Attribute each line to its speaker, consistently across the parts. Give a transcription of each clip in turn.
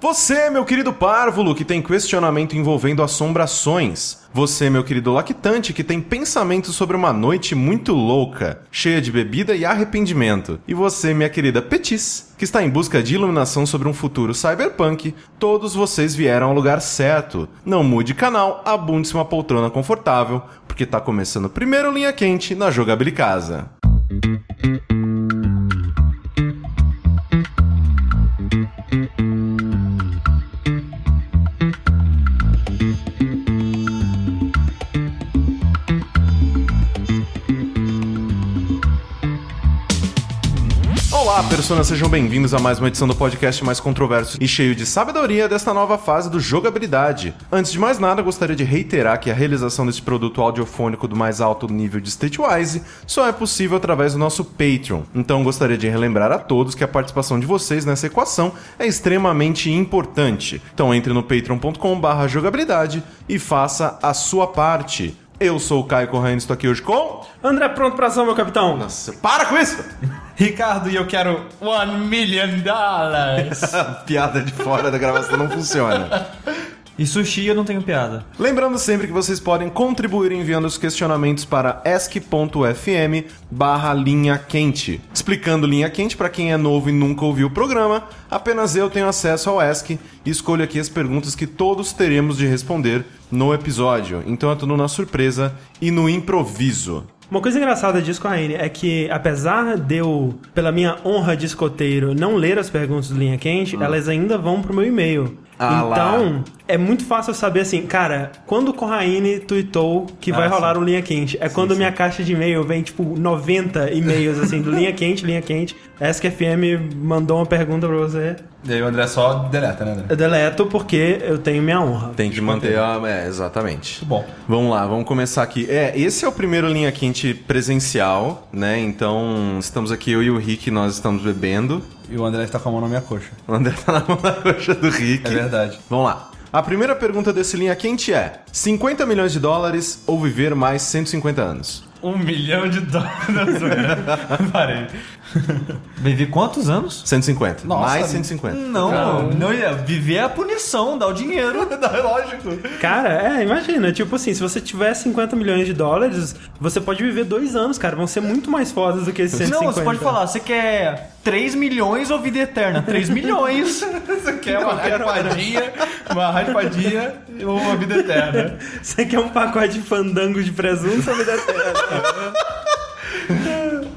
Speaker 1: Você, meu querido párvulo, que tem questionamento envolvendo assombrações. Você, meu querido lactante, que tem pensamento sobre uma noite muito louca, cheia de bebida e arrependimento. E você, minha querida Petis, que está em busca de iluminação sobre um futuro cyberpunk. Todos vocês vieram ao lugar certo. Não mude canal, abunde-se uma poltrona confortável, porque tá começando o primeiro Linha Quente na Jogabilicasa. Olá, personas, sejam bem-vindos a mais uma edição do podcast mais controverso e cheio de sabedoria desta nova fase do jogabilidade. Antes de mais nada, gostaria de reiterar que a realização deste produto audiofônico do mais alto nível de Statewise só é possível através do nosso Patreon. Então, gostaria de relembrar a todos que a participação de vocês nessa equação é extremamente importante. Então, entre no patreon.com/jogabilidade e faça a sua parte. Eu sou o Caio Corrêa e estou aqui hoje com
Speaker 2: André, pronto pra ação, meu capitão.
Speaker 1: Nossa, para com isso!
Speaker 3: Ricardo, e eu quero one million dollars.
Speaker 1: Piada de fora da gravação não funciona.
Speaker 3: e sushi eu não tenho piada.
Speaker 1: Lembrando sempre que vocês podem contribuir enviando os questionamentos para ask.fm barra linha quente. Explicando linha quente para quem é novo e nunca ouviu o programa, apenas eu tenho acesso ao ask e escolho aqui as perguntas que todos teremos de responder no episódio. Então é tudo na surpresa e no improviso.
Speaker 2: Uma coisa engraçada disso com a Aine é que, apesar de eu, pela minha honra de escoteiro, não ler as perguntas do Linha Quente,
Speaker 3: Ah.
Speaker 2: elas ainda vão pro meu e-mail.
Speaker 1: Ah, lá.
Speaker 2: então, é muito fácil eu saber assim, cara, quando o Corraine tweetou que vai
Speaker 3: Ah,
Speaker 2: rolar
Speaker 3: sim.
Speaker 2: o Linha Quente, é quando minha caixa de e-mail vem, tipo, 90 e-mails, assim, do Linha Quente, Linha Quente. A SKFM mandou uma pergunta pra você.
Speaker 3: E aí o André só deleta, né, André?
Speaker 2: Eu deleto porque eu tenho minha honra.
Speaker 1: Tem que manter a. É, exatamente.
Speaker 3: Muito bom.
Speaker 1: Vamos lá, vamos começar aqui. É, esse é o primeiro Linha Quente presencial, né? Então, estamos aqui, eu e o Rick, nós estamos bebendo.
Speaker 3: E o André tá com a mão na minha coxa.
Speaker 1: O André tá na mão da coxa do Rick.
Speaker 3: É verdade.
Speaker 1: Vamos lá. A primeira pergunta desse Linha Quente é: 50 milhões de dólares ou viver mais 150 anos?
Speaker 3: Um milhão de dólares, Parei. Vivi quantos anos?
Speaker 1: 150.
Speaker 3: Nossa,
Speaker 1: mais 150.
Speaker 2: Hum,
Speaker 3: Não, não ia. Viver é a punição, dá o dinheiro. Lógico.
Speaker 2: Cara, é, imagina, tipo assim, se você tiver 50 milhões de dólares, você pode viver dois anos, cara. Vão ser muito mais fodas do que esses 150.
Speaker 4: Não, você pode falar, você quer 3 milhões ou vida eterna? 3 milhões.
Speaker 3: Você quer uma raspadinha, uma raspadinha ou uma vida eterna.
Speaker 2: Você quer um pacote de fandango de presunto ou vida eterna?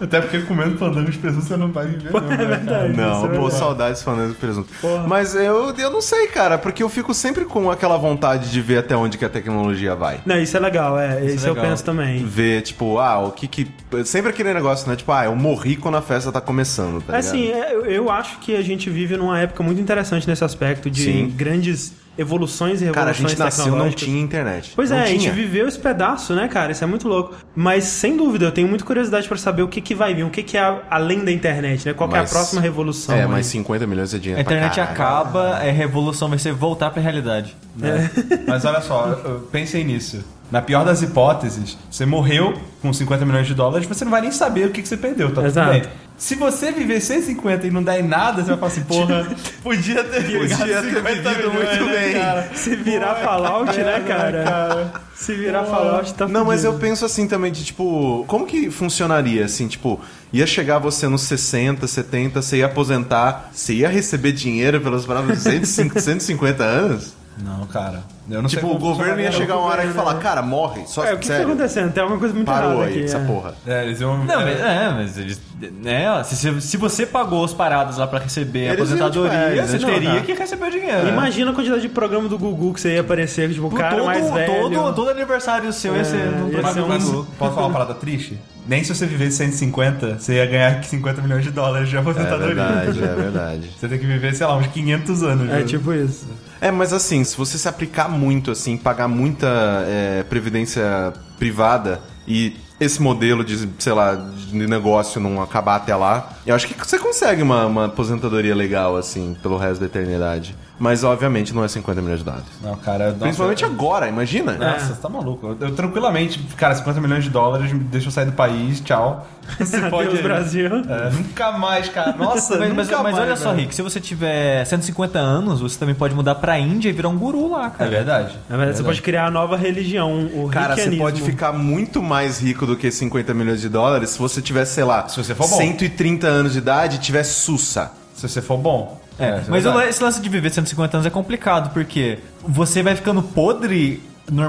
Speaker 3: Até porque comendo pandango de presunto você não vai viver. não, né,
Speaker 2: É verdade. isso
Speaker 1: Não,
Speaker 2: é
Speaker 1: pô,
Speaker 2: verdade.
Speaker 1: saudades falando do presunto. Mas eu, eu não sei, cara, porque eu fico sempre com aquela vontade de ver até onde que a tecnologia vai.
Speaker 2: Não, isso é legal, é. Isso, eu
Speaker 3: legal.
Speaker 2: penso também.
Speaker 1: ver, tipo, ah, o que que. Sempre aquele negócio, né? Tipo, ah, eu morri quando a festa tá começando, tá
Speaker 2: Assim,
Speaker 1: ligado?
Speaker 2: é, eu, eu acho que a gente vive numa época muito interessante nesse aspecto de
Speaker 1: Sim.
Speaker 2: grandes é, evoluções e revoluções
Speaker 1: Cara, a gente nasceu, não
Speaker 2: tecnológicas.
Speaker 1: tinha internet.
Speaker 2: Pois
Speaker 1: não
Speaker 2: é, a
Speaker 1: tinha.
Speaker 2: gente viveu esse pedaço, né, cara? Isso é muito louco. Mas, sem dúvida, eu tenho muita curiosidade pra saber o que, que vai vir, o que, que é a- além da internet, né? Qual que é a
Speaker 1: Mas-
Speaker 2: próxima revolução.
Speaker 1: É,
Speaker 2: aí.
Speaker 1: mas 50 milhões é
Speaker 4: A
Speaker 1: dinheiro. pra
Speaker 4: internet
Speaker 1: caralho.
Speaker 4: acaba, é revolução, vai ser voltar pra realidade.
Speaker 3: né? Mas olha só, eu- pensem nisso. Na pior das hipóteses, você morreu com 50 milhões de dólares, você não vai nem saber o que, que você perdeu, tá
Speaker 2: Exato.
Speaker 3: tudo bem. Se você viver 150 e não der em nada, você vai falar assim, porra, podia ter
Speaker 1: Podia ter vivido muito
Speaker 3: né,
Speaker 1: bem.
Speaker 2: Se virar Fallout, né, cara? Se virar Fallout, tá
Speaker 1: Não, mas eu
Speaker 2: fudido.
Speaker 1: penso assim também de tipo, como que funcionaria assim, tipo, ia chegar você nos 60, 70, você ia aposentar, você ia receber dinheiro pelas próximas 150, 150 anos?
Speaker 3: Não, cara. Eu não sei
Speaker 1: tipo, o
Speaker 3: como
Speaker 1: governo ia
Speaker 2: né?
Speaker 3: funcionaria.
Speaker 1: chegar uma hora e falar, cara, morre, só
Speaker 2: É, o que, que tá
Speaker 1: sério,
Speaker 2: acontecendo? Tem alguma coisa muito
Speaker 1: Parou
Speaker 2: errada
Speaker 1: aí,
Speaker 2: aqui.
Speaker 1: essa
Speaker 2: é.
Speaker 1: porra.
Speaker 3: É, eles iam.
Speaker 4: Não,
Speaker 3: é,
Speaker 4: mas, é, mas eles. né, ó, se- se, se você pagou as paradas lá pra receber a
Speaker 1: Eles iam, tipo,
Speaker 4: aposentadoria,
Speaker 1: é,
Speaker 4: você
Speaker 1: não,
Speaker 4: teria
Speaker 1: não.
Speaker 4: que receber o
Speaker 3: né?
Speaker 1: É.
Speaker 4: dinheiro.
Speaker 2: Imagina a quantidade de programa do Gugu que você ia aparecer, tipo, o
Speaker 4: Por
Speaker 2: cara
Speaker 4: todo,
Speaker 2: mais velho.
Speaker 4: todo, todo aniversário seu ia ser um
Speaker 2: ia
Speaker 3: Mas,
Speaker 2: ser
Speaker 4: programa
Speaker 3: mas,
Speaker 4: Google.
Speaker 3: é posso falar uma parada triste? Nem se você viver 150, você ia ganhar 50 milhões de dólares de
Speaker 2: Tá
Speaker 1: É
Speaker 3: aposentadoria.
Speaker 1: verdade, é verdade.
Speaker 3: Você tem que viver, sei lá, uns 500 anos.
Speaker 2: É
Speaker 3: né?
Speaker 2: tipo isso.
Speaker 1: É, mas assim, se você se aplicar muito, assim, pagar muita é, previdência privada e esse modelo de, sei lá, de negócio não acabar até lá, eu acho que você consegue uma, uma aposentadoria legal, assim, pelo resto da eternidade. Mas obviamente não é 50 milhões de dólares.
Speaker 3: Não, cara. nossa,
Speaker 1: Principalmente
Speaker 3: eu-
Speaker 1: agora, imagina.
Speaker 3: Nossa, você tá maluco. Eu, eu tranquilamente, cara, 50 milhões de dólares, me deixa eu sair do país, tchau. Você
Speaker 2: Adeus, Brasil.
Speaker 3: É, nunca mais, cara. Nossa,
Speaker 4: Mas, mas-
Speaker 3: nunca
Speaker 4: mas
Speaker 3: mais, né?
Speaker 4: olha só,
Speaker 3: velho.
Speaker 4: Rick, se você tiver 150 anos, você também pode mudar pra Índia e virar um guru lá,
Speaker 3: É
Speaker 4: cara.
Speaker 3: verdade.
Speaker 2: Na verdade, você pode criar a nova religião, o
Speaker 1: Cara, você
Speaker 2: riquianismo.
Speaker 1: pode ficar muito mais rico do que 50 milhões de dólares se você tiver, sei lá,
Speaker 3: Se você for bom.
Speaker 1: 130 anos de idade e tiver sussa.
Speaker 3: Se você for bom.
Speaker 4: É,
Speaker 3: isso
Speaker 4: mas
Speaker 3: verdade.
Speaker 4: o- esse lance de viver 150 anos é complicado, porque você vai ficando podre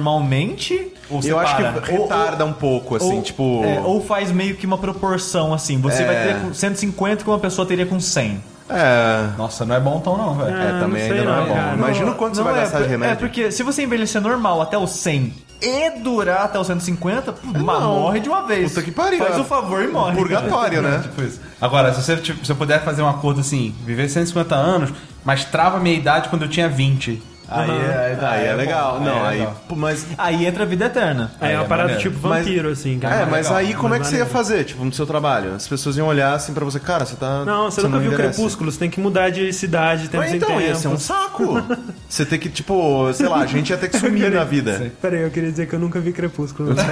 Speaker 4: normalmente. Ou
Speaker 1: Eu acho
Speaker 4: separa?
Speaker 1: que
Speaker 4: Ou- ou-
Speaker 1: retarda um pouco, assim,
Speaker 4: ou,
Speaker 1: tipo.
Speaker 4: é, ou faz meio que uma proporção, assim. Você
Speaker 1: É.
Speaker 4: vai ter com 150 que uma pessoa teria com 100.
Speaker 1: É.
Speaker 3: Nossa, não é bom então, não, né? velho.
Speaker 1: É,
Speaker 2: Ah,
Speaker 1: também
Speaker 2: não sei
Speaker 1: ainda não é
Speaker 2: não,
Speaker 1: bom.
Speaker 2: cara.
Speaker 1: Imagina o
Speaker 4: Não,
Speaker 1: quanto você
Speaker 4: não,
Speaker 1: vai
Speaker 4: é,
Speaker 1: gastar de
Speaker 4: por- É
Speaker 1: remédio.
Speaker 4: porque se você envelhecer normal até os 100 e durar até os 150, pô, mas
Speaker 1: Não.
Speaker 4: morre de uma vez.
Speaker 1: Puta que pariu.
Speaker 4: Faz
Speaker 1: é
Speaker 4: o favor e morre.
Speaker 1: Purgatório, né?
Speaker 3: Tipo isso. Agora, se você tipo, se eu puder fazer um acordo assim, viver 150 anos, mas trava a minha idade quando eu tinha 20. Aí,
Speaker 1: Aí, é
Speaker 3: bom.
Speaker 1: legal. Não,
Speaker 3: é
Speaker 1: aí.
Speaker 3: legal.
Speaker 1: pô, Mas.
Speaker 4: Aí entra a vida eterna.
Speaker 2: É,
Speaker 3: Aí
Speaker 2: uma
Speaker 3: é
Speaker 2: parada
Speaker 3: maneiro.
Speaker 2: tipo
Speaker 1: Mas-
Speaker 2: vampiro, assim, cara.
Speaker 1: É, mas aí
Speaker 2: Legal,
Speaker 1: como é que
Speaker 2: mas
Speaker 1: você ia
Speaker 2: maneiro.
Speaker 1: fazer, tipo, no seu trabalho? As pessoas iam olhar assim pra você, cara, você tá.
Speaker 2: Não, você, nunca viu
Speaker 1: envelhece.
Speaker 2: Crepúsculo, você tem que mudar de cidade, tempos
Speaker 1: Mas então,
Speaker 2: em
Speaker 1: ia
Speaker 2: tempos.
Speaker 1: ser um saco. você tem que, tipo, sei lá, a gente ia ter que sumir na vida.
Speaker 2: Peraí, eu queria dizer que eu nunca vi Crepúsculo.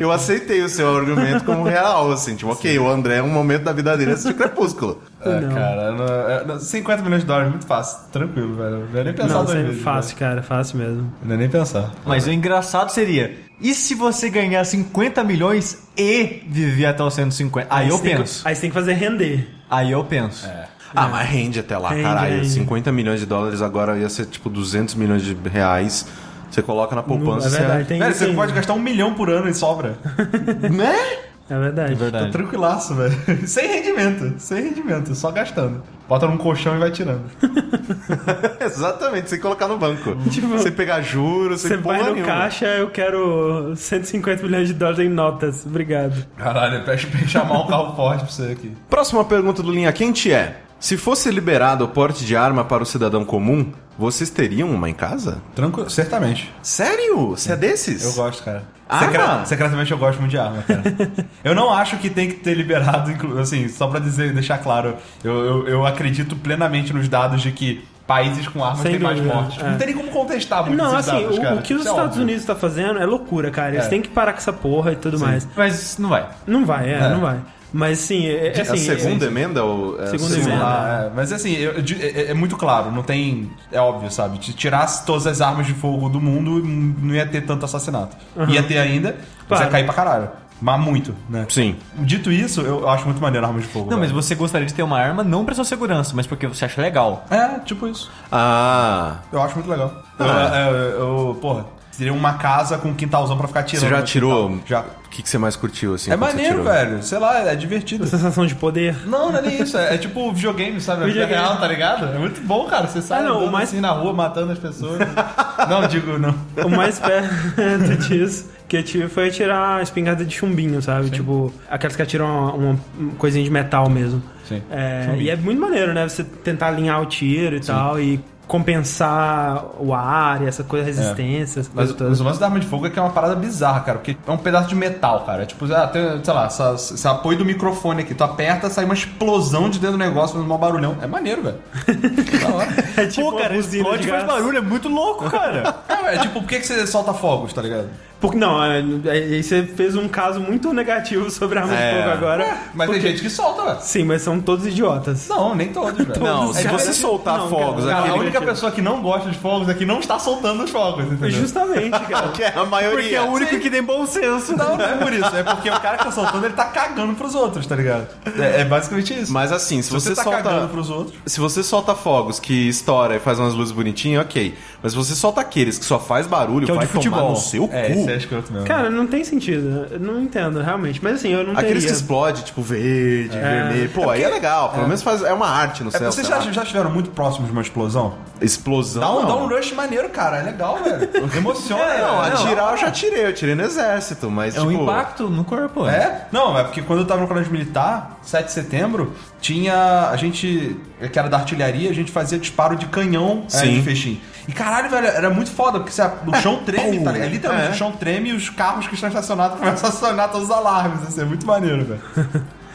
Speaker 1: Eu aceitei o seu argumento como real, assim, tipo, ok, o André, um momento da vida dele é assistir Crepúsculo.
Speaker 3: É,
Speaker 2: Não.
Speaker 3: cara, eu não- eu não- 50 milhões de dólares, muito fácil, tranquilo, velho. Não é nem pensar
Speaker 2: Não,
Speaker 3: duas
Speaker 2: sempre
Speaker 3: vezes,
Speaker 2: fácil, cara, fácil mesmo.
Speaker 3: velho. Não é nem pensar.
Speaker 4: Mas o engraçado seria, e se você ganhar 50 milhões e viver até os 150? Aí eu
Speaker 2: você tem que-
Speaker 4: penso.
Speaker 2: Aí você tem que fazer render.
Speaker 4: Aí eu penso.
Speaker 1: Ah, mas rende até lá,
Speaker 2: Rende,
Speaker 1: caralho.
Speaker 2: rende.
Speaker 1: 50 milhões de dólares agora ia ser tipo 200 milhões de reais. Você coloca na poupança.
Speaker 2: É verdade,
Speaker 1: você...
Speaker 2: tem
Speaker 3: velho, você
Speaker 2: tem-
Speaker 3: pode gastar um milhão por ano e sobra.
Speaker 1: Né?
Speaker 2: É verdade.
Speaker 3: Tá tranquilaço, velho. Sem rendimento, sem rendimento, só gastando. Bota num colchão e vai tirando.
Speaker 1: Exatamente, sem colocar no banco. sem pegar juros, sem
Speaker 2: Tipo, Você
Speaker 1: porra
Speaker 2: vai no
Speaker 1: nenhuma.
Speaker 2: caixa, eu quero 150 milhões de dólares em notas. Obrigado.
Speaker 3: Caralho, peço pra chamar um carro forte pra você aqui.
Speaker 1: Próxima pergunta do Linha Quente é: Se fosse liberado o porte de arma para o cidadão comum, vocês teriam uma em casa?
Speaker 3: Tranquilo, certamente.
Speaker 1: Sério? Você é desses?
Speaker 3: Eu gosto, cara.
Speaker 4: Ah,
Speaker 1: Arma?
Speaker 3: secretamente eu gosto muito de arma, cara. eu não acho que tem que ter liberado, inclu- assim, só pra dizer, deixar claro, eu, eu, eu acredito plenamente nos dados de que países com armas
Speaker 2: Sem
Speaker 3: têm mais
Speaker 2: dúvida,
Speaker 3: mortes.
Speaker 2: é.
Speaker 3: Não tem nem como contestar muito
Speaker 2: Não,
Speaker 3: esses
Speaker 2: assim,
Speaker 3: dados,
Speaker 2: o-
Speaker 3: cara.
Speaker 2: o, que os
Speaker 3: Isso é
Speaker 2: Estados
Speaker 3: óbvio.
Speaker 2: Unidos tá fazendo é loucura, cara. Eles
Speaker 3: É.
Speaker 2: têm que parar com essa porra e tudo mais.
Speaker 4: Mas não vai.
Speaker 2: Não vai, é, não vai. Mas sim, é, é
Speaker 1: É
Speaker 2: assim.
Speaker 1: a segunda
Speaker 2: é-
Speaker 1: emenda? Ou é a
Speaker 2: Segunda
Speaker 3: Sei
Speaker 2: emenda.
Speaker 3: lá, é. Mas assim, eu- eu di- é, é muito claro, não tem. É óbvio, sabe? T- Tirar todas as armas de fogo do mundo hum, não ia ter tanto assassinato. Ia ter ainda, mas ia
Speaker 2: Claro.
Speaker 3: cair pra caralho. Mas muito, né?
Speaker 1: Sim.
Speaker 3: Dito isso, eu acho muito maneiro arma de fogo.
Speaker 4: Não, mas
Speaker 3: velho.
Speaker 4: você gostaria de ter uma arma não pra sua segurança, mas porque você acha legal.
Speaker 3: É, tipo isso.
Speaker 1: Ah.
Speaker 3: Eu acho muito legal. Eu, é,
Speaker 1: Ah.
Speaker 3: eu, eu- eu- porra, teria uma casa com um quintalzão pra ficar tirando.
Speaker 1: Você já
Speaker 3: no
Speaker 1: tirou?
Speaker 3: quintal. Já.
Speaker 1: O que, que você mais curtiu assim?
Speaker 3: É
Speaker 1: quando você
Speaker 3: maneiro,
Speaker 1: tirou?
Speaker 3: velho. Sei lá, é divertido.
Speaker 2: Sensação de poder.
Speaker 3: Não, não é nem isso. É, é tipo videogame, sabe? A vida
Speaker 2: Videogame.
Speaker 3: real, tá ligado? É muito bom, cara. Você sai
Speaker 2: Ah, não,
Speaker 3: andando
Speaker 2: o mais-
Speaker 3: assim na rua, matando as pessoas. não, digo não.
Speaker 2: O mais perto disso que eu tive foi atirar a espingarda de chumbinho, sabe? Tipo, aquelas que atiram uma, uma coisinha de metal mesmo.
Speaker 3: Sim.
Speaker 2: É, e é muito maneiro, né? Você tentar alinhar o tiro e tal e compensar o ar e essa coisa, resistência, essa
Speaker 3: É. Mas,
Speaker 2: coisa toda.
Speaker 3: mas o lance da arma de fogo é que é uma parada bizarra, cara. Porque é um pedaço de metal, cara. É tipo, ah, tem, sei lá, essa- esse apoio do microfone aqui. Tu aperta, sai uma explosão de dentro do negócio, fazendo um barulhão. É maneiro, velho. da hora.
Speaker 2: É tipo
Speaker 4: Pô,
Speaker 2: uma
Speaker 4: cara,
Speaker 2: buzina
Speaker 4: explode
Speaker 2: de
Speaker 4: e faz
Speaker 2: gás.
Speaker 4: barulho, é muito louco, cara.
Speaker 3: É, é tipo, por que, que você solta fogos, tá ligado?
Speaker 2: Porque, não, é- é- aí você fez um caso muito negativo sobre a arma
Speaker 1: É.
Speaker 2: de fogo agora.
Speaker 3: Mas tem gente que solta, velho.
Speaker 2: Sim, mas são todos idiotas.
Speaker 3: Não, nem todos, velho.
Speaker 1: Não,
Speaker 2: Todos,
Speaker 1: se
Speaker 2: cara.
Speaker 1: você soltar
Speaker 2: Não,
Speaker 1: fogos
Speaker 3: Cara, a
Speaker 1: aquele. tipo-
Speaker 3: única pessoa que não gosta de fogos é que não está soltando os fogos, entendeu?
Speaker 1: É
Speaker 2: Justamente, cara.
Speaker 1: Que é a maioria.
Speaker 4: Porque é o único que tem bom senso.
Speaker 3: Não, não é por isso. É porque o cara que tá soltando, ele tá cagando pros outros, tá ligado? É, é basicamente isso.
Speaker 1: Mas assim, se,
Speaker 3: se
Speaker 1: você,
Speaker 3: você, tá
Speaker 1: solta.
Speaker 3: cagando pros outros...
Speaker 1: Se você solta fogos que estoura e faz umas luzes bonitinhas, ok. Mas se você solta aqueles que só faz barulho,
Speaker 4: Que é o
Speaker 1: vai
Speaker 4: de
Speaker 1: tomar
Speaker 4: futebol.
Speaker 1: no seu
Speaker 3: É,
Speaker 1: cu.
Speaker 3: isso é escroto mesmo.
Speaker 2: Cara, não tem sentido. Eu não entendo, realmente. Mas assim, eu não
Speaker 1: Aqueles
Speaker 2: teria.
Speaker 1: que explode, tipo verde, vermelho. Pô, aí é legal. Pelo menos faz, é uma arte no
Speaker 3: É,
Speaker 1: céu.
Speaker 3: vocês
Speaker 1: sei
Speaker 3: já,
Speaker 1: lá.
Speaker 3: já estiveram muito próximos de uma explosão?
Speaker 1: Explosão.
Speaker 3: Dá um,
Speaker 1: não.
Speaker 3: dá um rush maneiro, cara. É legal, velho. Emociona.
Speaker 1: É, não,
Speaker 3: velho.
Speaker 1: atirar eu já tirei. Eu tirei no exército, mas
Speaker 4: É
Speaker 1: tipo...
Speaker 4: um impacto no corpo.
Speaker 3: É? Não, é porque quando eu tava no colégio militar, 7 de setembro, tinha. A gente. que era da artilharia, a gente fazia disparo de canhão é,
Speaker 1: Sim.
Speaker 3: de fechim. E caralho, velho, era muito foda, porque você- o chão treme,
Speaker 1: pum.
Speaker 3: tá ligado? Literalmente
Speaker 1: É.
Speaker 3: o chão treme e os carros que estão estacionados começam a acionar todos os alarmes. Assim, é muito maneiro, velho.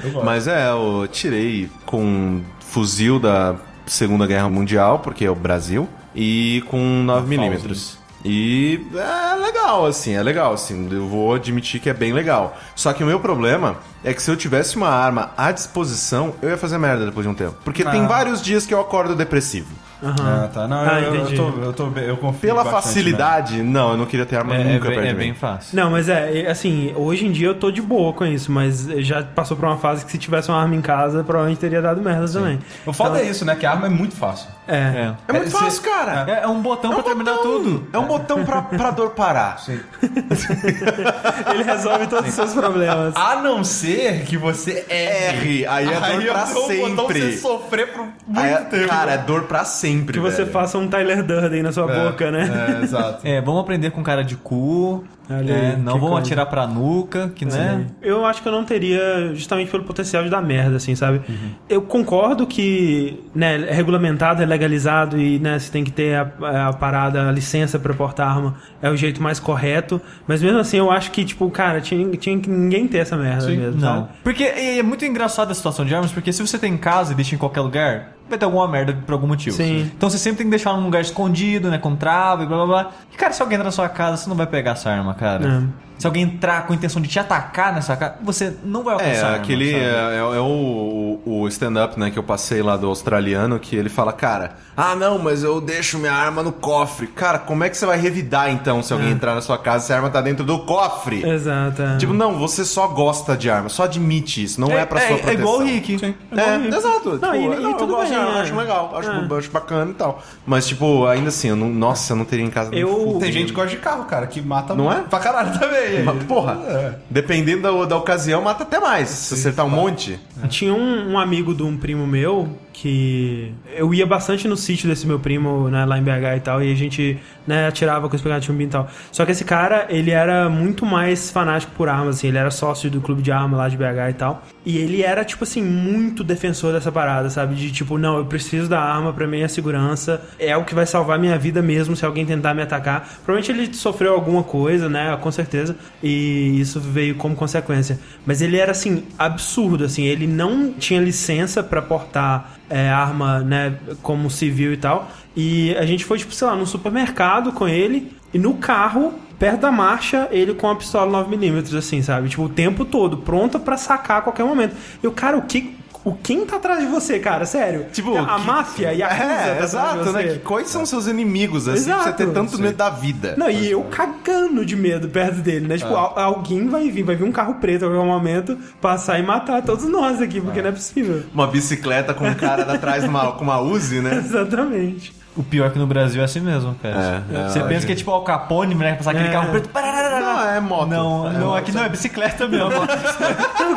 Speaker 3: Eu gosto.
Speaker 1: Mas é, eu tirei com um fuzil da Segunda Guerra Mundial, porque é o Brasil, e com 9mm.
Speaker 3: Pausa.
Speaker 1: E é legal, assim, é legal, assim, eu vou admitir que é bem legal. Só que o meu problema é que se eu tivesse uma arma à disposição, eu ia fazer merda depois de um tempo. Porque tem
Speaker 3: Ah.
Speaker 1: vários dias que eu acordo depressivo.
Speaker 2: Aham.
Speaker 3: Ah, tá. Não,
Speaker 2: Ah,
Speaker 3: eu, eu
Speaker 2: entendi.
Speaker 3: tô, eu tô bem- eu confio
Speaker 1: Pela
Speaker 3: bastante, né?
Speaker 1: facilidade, não, eu não queria ter arma
Speaker 4: É, é
Speaker 1: nunca
Speaker 4: bem,
Speaker 1: perto
Speaker 4: é
Speaker 1: de
Speaker 4: bem
Speaker 1: mim.
Speaker 4: fácil.
Speaker 2: Não, mas é, é, assim, hoje em dia eu tô de boa com isso, mas já passou por uma fase que se tivesse uma arma em casa, provavelmente teria dado merda também.
Speaker 3: né? O foda é isso, né? Que a arma é muito fácil.
Speaker 2: É.
Speaker 4: É.
Speaker 1: É muito
Speaker 3: É,
Speaker 1: fácil,
Speaker 3: se-
Speaker 1: cara.
Speaker 4: É, é um botão pra terminar tudo.
Speaker 1: É um botão pra, pra dor parar.
Speaker 3: É.
Speaker 2: Ele resolve todos os seus problemas.
Speaker 3: A não ser que você erre.
Speaker 1: R, aí é dor
Speaker 3: eu
Speaker 1: pra
Speaker 3: dou um botão pra você
Speaker 1: sempre.
Speaker 3: sofrer por muito
Speaker 1: Aí é-
Speaker 3: tempo.
Speaker 1: cara, é dor pra sempre.
Speaker 2: Que você
Speaker 1: velho.
Speaker 2: faça um Tyler Durden na sua
Speaker 3: É,
Speaker 2: boca, né?
Speaker 3: É, exato.
Speaker 4: É, vamos aprender com cara de cu.
Speaker 2: Olha aí,
Speaker 4: É, não
Speaker 2: que
Speaker 4: vamos
Speaker 2: coisa.
Speaker 4: atirar pra nuca, que né?
Speaker 2: Eu acho que eu não teria, justamente pelo potencial de dar merda, assim, sabe? Eu concordo que né, é regulamentado, é legalizado e né, você tem que ter a, a parada, a licença pra portar arma, é o jeito mais correto. Mas mesmo assim, eu acho que, tipo, cara, tinha, tinha que ninguém ter essa merda mesmo,
Speaker 4: Não.
Speaker 2: sabe?
Speaker 4: Porque é é muito engraçada a situação de armas, porque se você tem em casa e deixa em qualquer lugar, vai ter alguma merda por algum motivo.
Speaker 2: Sim.
Speaker 4: Então você sempre tem que deixar num lugar escondido, né? Com trava e blá blá blá. E cara, se alguém entrar na sua casa, você não vai pegar essa arma, cara.
Speaker 2: É.
Speaker 4: Se alguém entrar com a intenção de te atacar nessa casa, você não vai alcançar.
Speaker 1: É,
Speaker 4: a arma,
Speaker 1: aquele
Speaker 4: sabe?
Speaker 1: é, é- é o, o stand-up, né, que eu passei lá do australiano, que ele fala, cara, ah não, mas eu deixo minha arma no cofre. Cara, como é que você vai revidar então se alguém entrar na sua casa se a arma tá dentro do cofre?
Speaker 2: Exato. é.
Speaker 1: Tipo, não, você só gosta de arma, só admite isso, não é, pra sua proteção.
Speaker 4: É igual o Rick.
Speaker 1: É, exato. Tipo,
Speaker 2: e- e
Speaker 1: não, eu
Speaker 2: tudo
Speaker 1: gosto de
Speaker 2: bem,
Speaker 1: arma,
Speaker 2: é.
Speaker 1: acho legal, acho,
Speaker 2: É.
Speaker 1: acho bacana e tal. Mas, tipo, ainda assim, eu não, nossa, eu não teria em casa nem
Speaker 2: Eu-
Speaker 1: fudendo.
Speaker 3: Tem gente que gosta de carro, cara, que mata
Speaker 1: Não é?
Speaker 3: pra caralho também.
Speaker 1: Mas, porra,
Speaker 4: É.
Speaker 1: dependendo da, da ocasião, mata até mais. Se acertar um monte.
Speaker 2: Tinha um, um amigo de um primo meu que eu ia bastante no sítio desse meu primo, né, lá em BH e tal, e a gente, né, atirava com os pegados de chumbinho e tal. Só que esse cara, ele era muito mais fanático por armas, assim, ele era sócio do clube de arma lá de BH e tal. E ele era, tipo assim, muito defensor dessa parada, sabe? De tipo, não, eu preciso da arma pra minha segurança, é o que vai salvar minha vida mesmo se alguém tentar me atacar. Provavelmente ele sofreu alguma coisa, né? Com certeza. E isso veio como consequência. Mas ele era assim, absurdo, assim, ele não tinha licença pra portar é, arma, né, como civil e tal. E a gente foi, tipo, sei lá, num supermercado com ele e no carro. Perto da marcha, ele com a pistola 9mm, assim, sabe? Tipo, o tempo todo, pronta pra sacar a qualquer momento. E o cara, o que. O quem tá atrás de você, cara? Sério? Tipo, a
Speaker 1: que-
Speaker 2: máfia e a Yakuza tá
Speaker 1: É,
Speaker 2: atrás de
Speaker 1: exato,
Speaker 2: você.
Speaker 1: né? Que, quais são seus inimigos, assim, pra você
Speaker 2: Exato.
Speaker 1: ter tanto medo da vida?
Speaker 2: Não, e eu cagando de medo perto dele, né? Tipo,
Speaker 1: Ah.
Speaker 2: al- alguém vai vir, vai vir um carro preto a qualquer momento, passar e matar todos nós aqui,
Speaker 1: Ah.
Speaker 2: porque não é possível.
Speaker 1: Uma bicicleta com um cara atrás numa, com uma Uzi, né?
Speaker 2: Exatamente.
Speaker 4: O pior é que no Brasil é assim mesmo, cara.
Speaker 1: É, é,
Speaker 4: Você
Speaker 1: olha.
Speaker 4: pensa que é tipo Al Capone, né? Passar aquele
Speaker 2: É.
Speaker 4: carro preto.
Speaker 1: Não, é moto.
Speaker 4: Não, não, aqui não, é bicicleta mesmo.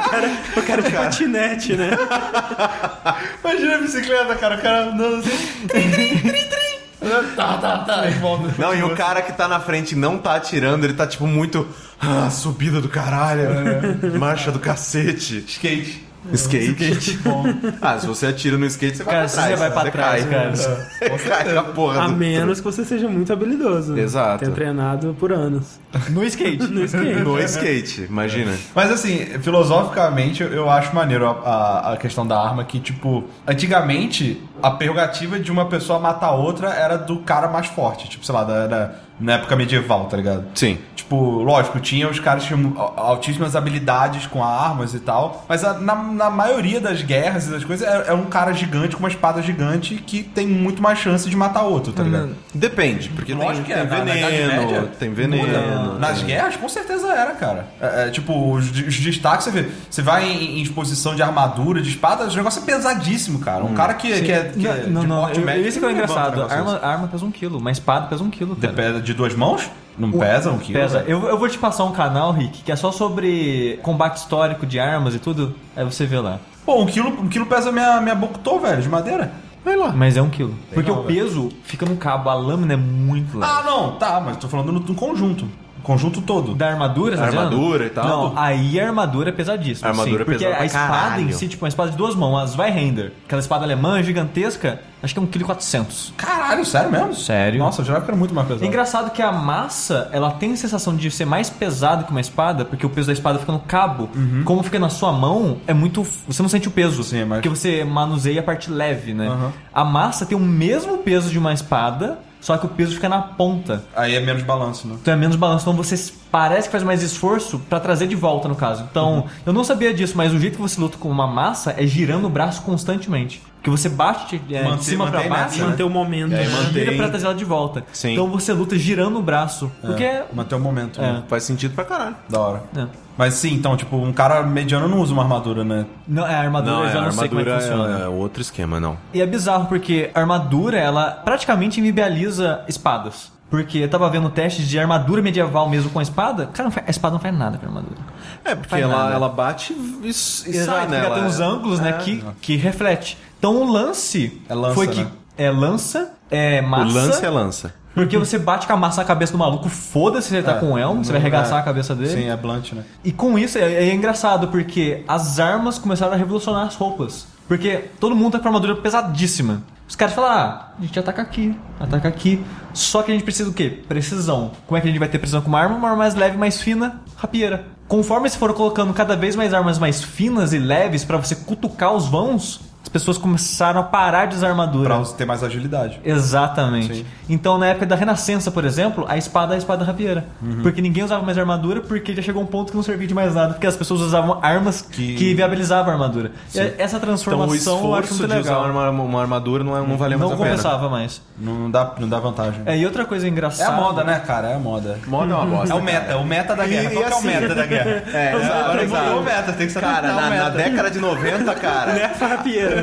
Speaker 2: O cara, o cara de patinete, né?
Speaker 3: Imagina a bicicleta, cara, o cara andando assim. tá, tá, tá, e volta.
Speaker 1: Não, e o cara que tá na frente não tá atirando, ele tá tipo muito. Ah, subida do caralho,
Speaker 4: É.
Speaker 1: marcha do cacete. Skate. Skate.
Speaker 4: Bom,
Speaker 1: Ah, se você atira no skate, você vai
Speaker 4: Cara,
Speaker 1: pra
Speaker 4: se
Speaker 1: trás.
Speaker 4: você vai pra trás,
Speaker 1: cai.
Speaker 4: cara.
Speaker 1: Você cai com a porra
Speaker 2: A
Speaker 1: do-
Speaker 2: menos que você seja muito habilidoso. né?
Speaker 1: Exato.
Speaker 2: Tenha treinado por anos.
Speaker 4: No skate.
Speaker 2: No skate.
Speaker 1: No skate, imagina.
Speaker 3: Mas assim, filosoficamente eu- eu acho maneiro a, a- a questão da arma que, tipo, antigamente a prerrogativa de uma pessoa matar outra era do cara mais forte, tipo, sei lá, da, da- na época medieval, tá ligado?
Speaker 1: Sim.
Speaker 3: Tipo, lógico, tinha os caras que tinham al- altíssimas habilidades com armas e tal, mas a- na, na maioria das guerras e das coisas é, é um cara gigante com uma espada gigante que tem muito mais chance de matar outro, tá
Speaker 1: Uhum.
Speaker 3: ligado?
Speaker 1: Depende, porque tem,
Speaker 3: Lógico que é,
Speaker 1: tem
Speaker 3: na- na Idade
Speaker 1: veneno,
Speaker 3: Média,
Speaker 1: tem veneno.
Speaker 3: Nas
Speaker 1: tem-
Speaker 3: guerras, com certeza era, cara. É, é, tipo, os, de- os destaques, você vê. Você vai em, em exposição de armadura, de espada, o negócio é pesadíssimo, cara. Um cara que, que é, que é
Speaker 4: não,
Speaker 3: de
Speaker 4: não,
Speaker 3: porte
Speaker 4: eu-
Speaker 3: médio,
Speaker 4: Isso que é o
Speaker 3: não levanta
Speaker 4: engraçado.
Speaker 3: um negócio
Speaker 4: Arma,
Speaker 3: desse.
Speaker 4: arma pesa um quilo, uma espada pesa um quilo.
Speaker 3: De,
Speaker 4: Cara.
Speaker 3: pesa de duas mãos? Não pesa um quilo?
Speaker 4: Pesa.
Speaker 3: velho?
Speaker 4: Eu, eu vou te passar um canal, Rick, que é só sobre combate histórico de armas e tudo. Aí você vê lá.
Speaker 3: Pô, um quilo, um quilo pesa minha, minha Bocutô, velho, de madeira.
Speaker 1: Vai lá.
Speaker 4: Mas é um quilo. Porque
Speaker 3: não,
Speaker 4: o peso fica no cabo, a lâmina é muito leve.
Speaker 3: Ah, não, tá, mas tô falando no, no conjunto. O conjunto todo.
Speaker 4: Da armadura, tá
Speaker 1: A
Speaker 4: dizendo?
Speaker 1: armadura e tal.
Speaker 4: Não, aí a armadura é pesadíssima.
Speaker 1: A armadura
Speaker 4: sim,
Speaker 1: é
Speaker 4: Porque
Speaker 1: pesada
Speaker 4: a
Speaker 1: pra
Speaker 4: espada em
Speaker 1: caralho.
Speaker 4: si, tipo, é uma espada de duas mãos, a Zweihänder. Aquela espada alemã gigantesca, acho que é 1,4kg.
Speaker 3: Caralho, sério mesmo?
Speaker 4: Sério.
Speaker 3: Nossa, eu jurava que era muito mais pesado.
Speaker 4: É engraçado que a massa, ela tem a sensação de ser mais pesada que uma espada, porque o peso da espada fica no cabo.
Speaker 1: Uhum.
Speaker 4: Como fica na sua mão, é muito. Você não sente o peso.
Speaker 3: Sim, é mais-
Speaker 4: Porque você manuseia a parte leve, né?
Speaker 3: Aham.
Speaker 4: A massa tem o mesmo peso de uma espada, só que o peso fica na ponta.
Speaker 3: Aí é menos balanço, né?
Speaker 4: Então é menos balanço. Então você s- parece que faz mais esforço pra trazer de volta, no caso. Então, eu não sabia disso, mas o jeito que você luta com uma massa é girando o braço constantemente. Que você bate é,
Speaker 3: Mantém-
Speaker 4: de cima pra
Speaker 3: mantém
Speaker 4: baixo.
Speaker 3: nessa, né?
Speaker 2: Manter o momento.
Speaker 3: É,
Speaker 2: né?
Speaker 3: mantém.
Speaker 4: Gira pra trazer ela de volta.
Speaker 1: Sim.
Speaker 4: Então você luta girando o braço. Porque é.
Speaker 3: Manter o momento.
Speaker 4: É.
Speaker 3: né?
Speaker 1: Faz sentido pra caralho.
Speaker 3: Da hora.
Speaker 4: é.
Speaker 3: Mas sim, então, tipo, um cara mediano não usa uma armadura, né?
Speaker 4: Não, é a armadura,
Speaker 1: Não,
Speaker 4: eu
Speaker 1: é,
Speaker 4: já
Speaker 1: a
Speaker 4: não sei como é que
Speaker 1: armadura
Speaker 4: funciona.
Speaker 1: é, é outro esquema, não.
Speaker 4: E é bizarro porque a armadura, ela praticamente inviabiliza espadas. Porque eu tava vendo testes de armadura medieval mesmo com a espada. Cara, não faz- a espada não faz nada pra armadura.
Speaker 1: É, porque
Speaker 4: Faz
Speaker 1: ela,
Speaker 4: nada.
Speaker 1: ela bate e, e sai
Speaker 4: Exato,
Speaker 1: nela.
Speaker 4: porque tem uns
Speaker 1: é.
Speaker 4: ângulos, né,
Speaker 1: É.
Speaker 4: que, que reflete. Então o lance,
Speaker 3: É lança,
Speaker 4: foi que
Speaker 3: né?
Speaker 4: é lança, é
Speaker 1: O
Speaker 4: massa.
Speaker 1: lance é lança.
Speaker 4: Porque você bate com a massa na cabeça do maluco, foda-se se ele tá
Speaker 3: É.
Speaker 4: com o elmo, você vai
Speaker 3: Não,
Speaker 4: arregaçar
Speaker 3: é.
Speaker 4: a cabeça dele.
Speaker 3: Sim, é blunt, né?
Speaker 4: E com isso é, é engraçado, porque as armas começaram a revolucionar as roupas. Porque todo mundo tá com armadura pesadíssima. Os caras falam, ah, a gente ataca aqui, ataca aqui. Só que a gente precisa do quê? Precisão. Como é que a gente vai ter precisão com uma arma? Uma arma mais leve, mais fina, rapieira. Conforme eles foram colocando cada vez mais armas mais finas e leves pra você cutucar os vãos, as pessoas começaram a parar de usar armadura.
Speaker 3: Pra ter mais agilidade.
Speaker 4: Exatamente.
Speaker 3: Sim.
Speaker 4: Então, na época da Renascença, por exemplo, a espada é a espada rapieira.
Speaker 1: Uhum.
Speaker 4: Porque ninguém usava mais armadura, porque já chegou um ponto que não servia de mais nada, porque as pessoas usavam armas que, viabilizavam a armadura. E essa
Speaker 1: Então o
Speaker 4: transformação eu acho
Speaker 1: esforço
Speaker 4: muito
Speaker 1: de usar
Speaker 4: legal.
Speaker 1: uma, arma- uma armadura não, é, não valia mais
Speaker 4: não
Speaker 1: a pena.
Speaker 4: compensava mais.
Speaker 3: Não dá, não dá vantagem.
Speaker 4: É, e outra coisa
Speaker 3: É
Speaker 4: engraçada.
Speaker 3: a moda, né, cara? É a moda.
Speaker 1: Moda é uma bosta.
Speaker 3: É o meta, é o meta da guerra.
Speaker 1: E-
Speaker 3: Qual
Speaker 1: e
Speaker 3: que
Speaker 1: assim-
Speaker 3: é o meta da guerra?
Speaker 1: É,
Speaker 3: Agora
Speaker 1: exato, exato.
Speaker 3: mudou o meta, tem que saber é
Speaker 4: É
Speaker 1: Cara,
Speaker 3: o
Speaker 1: na,
Speaker 3: meta.
Speaker 1: na década de 90, cara.
Speaker 2: Nerfa
Speaker 1: o
Speaker 2: rapieira.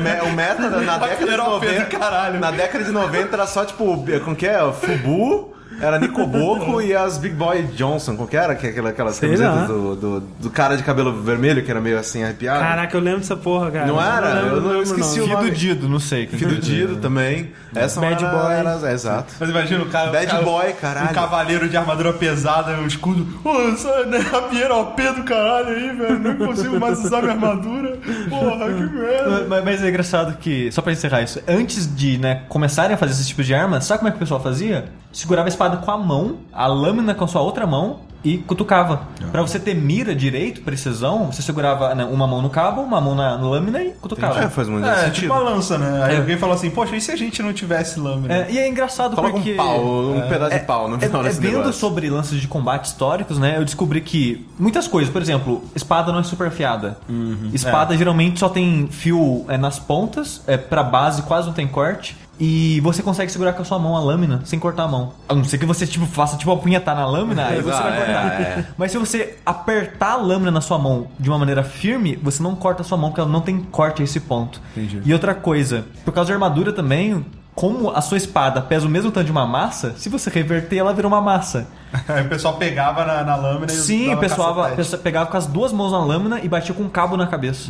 Speaker 1: me- O meta da- na década de
Speaker 3: Era uma pena,
Speaker 1: 90.
Speaker 3: caralho.
Speaker 1: Na década de 90 era só tipo. Como que é? Fubu. Era Nicoboco e as Big Boy Johnson, qual que era? Que, é aquela, aquelas
Speaker 2: Sei lá.
Speaker 1: camisetas do, do, do cara de cabelo vermelho que era meio assim arrepiado.
Speaker 2: Caraca, eu lembro dessa porra, cara.
Speaker 1: Não era? Eu
Speaker 2: lembro,
Speaker 1: não- eu
Speaker 2: lembro
Speaker 1: esqueci
Speaker 2: nome.
Speaker 1: o nome.
Speaker 4: Fido Dido, não sei.
Speaker 1: Filho Dido também. Essa
Speaker 2: Bad
Speaker 1: era,
Speaker 2: Boy.
Speaker 1: Era, é, exato.
Speaker 3: Mas imagina o cara.
Speaker 1: Bad
Speaker 3: o cara-
Speaker 1: boy, caralho.
Speaker 3: É, Um cavaleiro de armadura pesada, um escudo. Ô, essa né, rapieira OP do caralho aí, velho. Não consigo mais usar minha armadura. Porra, que merda.
Speaker 4: Mas, mas é engraçado que, só pra encerrar isso, antes de né, começarem a fazer esse tipo de arma, sabe como é que o pessoal fazia? Segurava a espada com a mão, a lâmina com a sua outra mão e cutucava.
Speaker 1: Ah.
Speaker 4: Pra você ter mira direito, precisão, você segurava né, uma mão no cabo, uma mão na lâmina e cutucava.
Speaker 1: É, faz muito
Speaker 3: É,
Speaker 1: sentido.
Speaker 3: tipo uma lança, né? Aí
Speaker 4: É.
Speaker 3: alguém falou assim, poxa, e se a gente não tivesse lâmina?
Speaker 4: É, e é engraçado
Speaker 1: um Coloca
Speaker 4: porque...
Speaker 1: um pau, um pedaço de pau no
Speaker 4: É,
Speaker 1: final
Speaker 4: é
Speaker 1: desse
Speaker 4: vendo
Speaker 1: negócio.
Speaker 4: sobre lances de combate históricos, né? Eu descobri que muitas coisas, por exemplo, espada não é super afiada.
Speaker 1: Uhum,
Speaker 4: espada
Speaker 1: é.
Speaker 4: geralmente só tem fio é, nas pontas, é para base quase não tem corte. E você consegue segurar com a sua mão a lâmina sem cortar a mão. A não ser que você tipo, faça tipo apunhetar na lâmina, aí você
Speaker 1: Exato,
Speaker 4: vai cortar.
Speaker 1: é, é.
Speaker 4: Mas se você apertar a lâmina na sua mão de uma maneira firme, você não corta a sua mão, porque ela não tem corte a esse ponto.
Speaker 3: Entendi.
Speaker 4: E outra coisa, por causa da armadura também, como a sua espada pesa o mesmo tanto de uma massa, se você reverter, ela vira uma massa.
Speaker 3: Aí o pessoal pegava na, na lâmina e
Speaker 4: Sim,
Speaker 3: dava um
Speaker 4: o pessoal
Speaker 3: cacetete.
Speaker 4: a pessoa pegava com as duas mãos na lâmina e batia com um cabo na cabeça.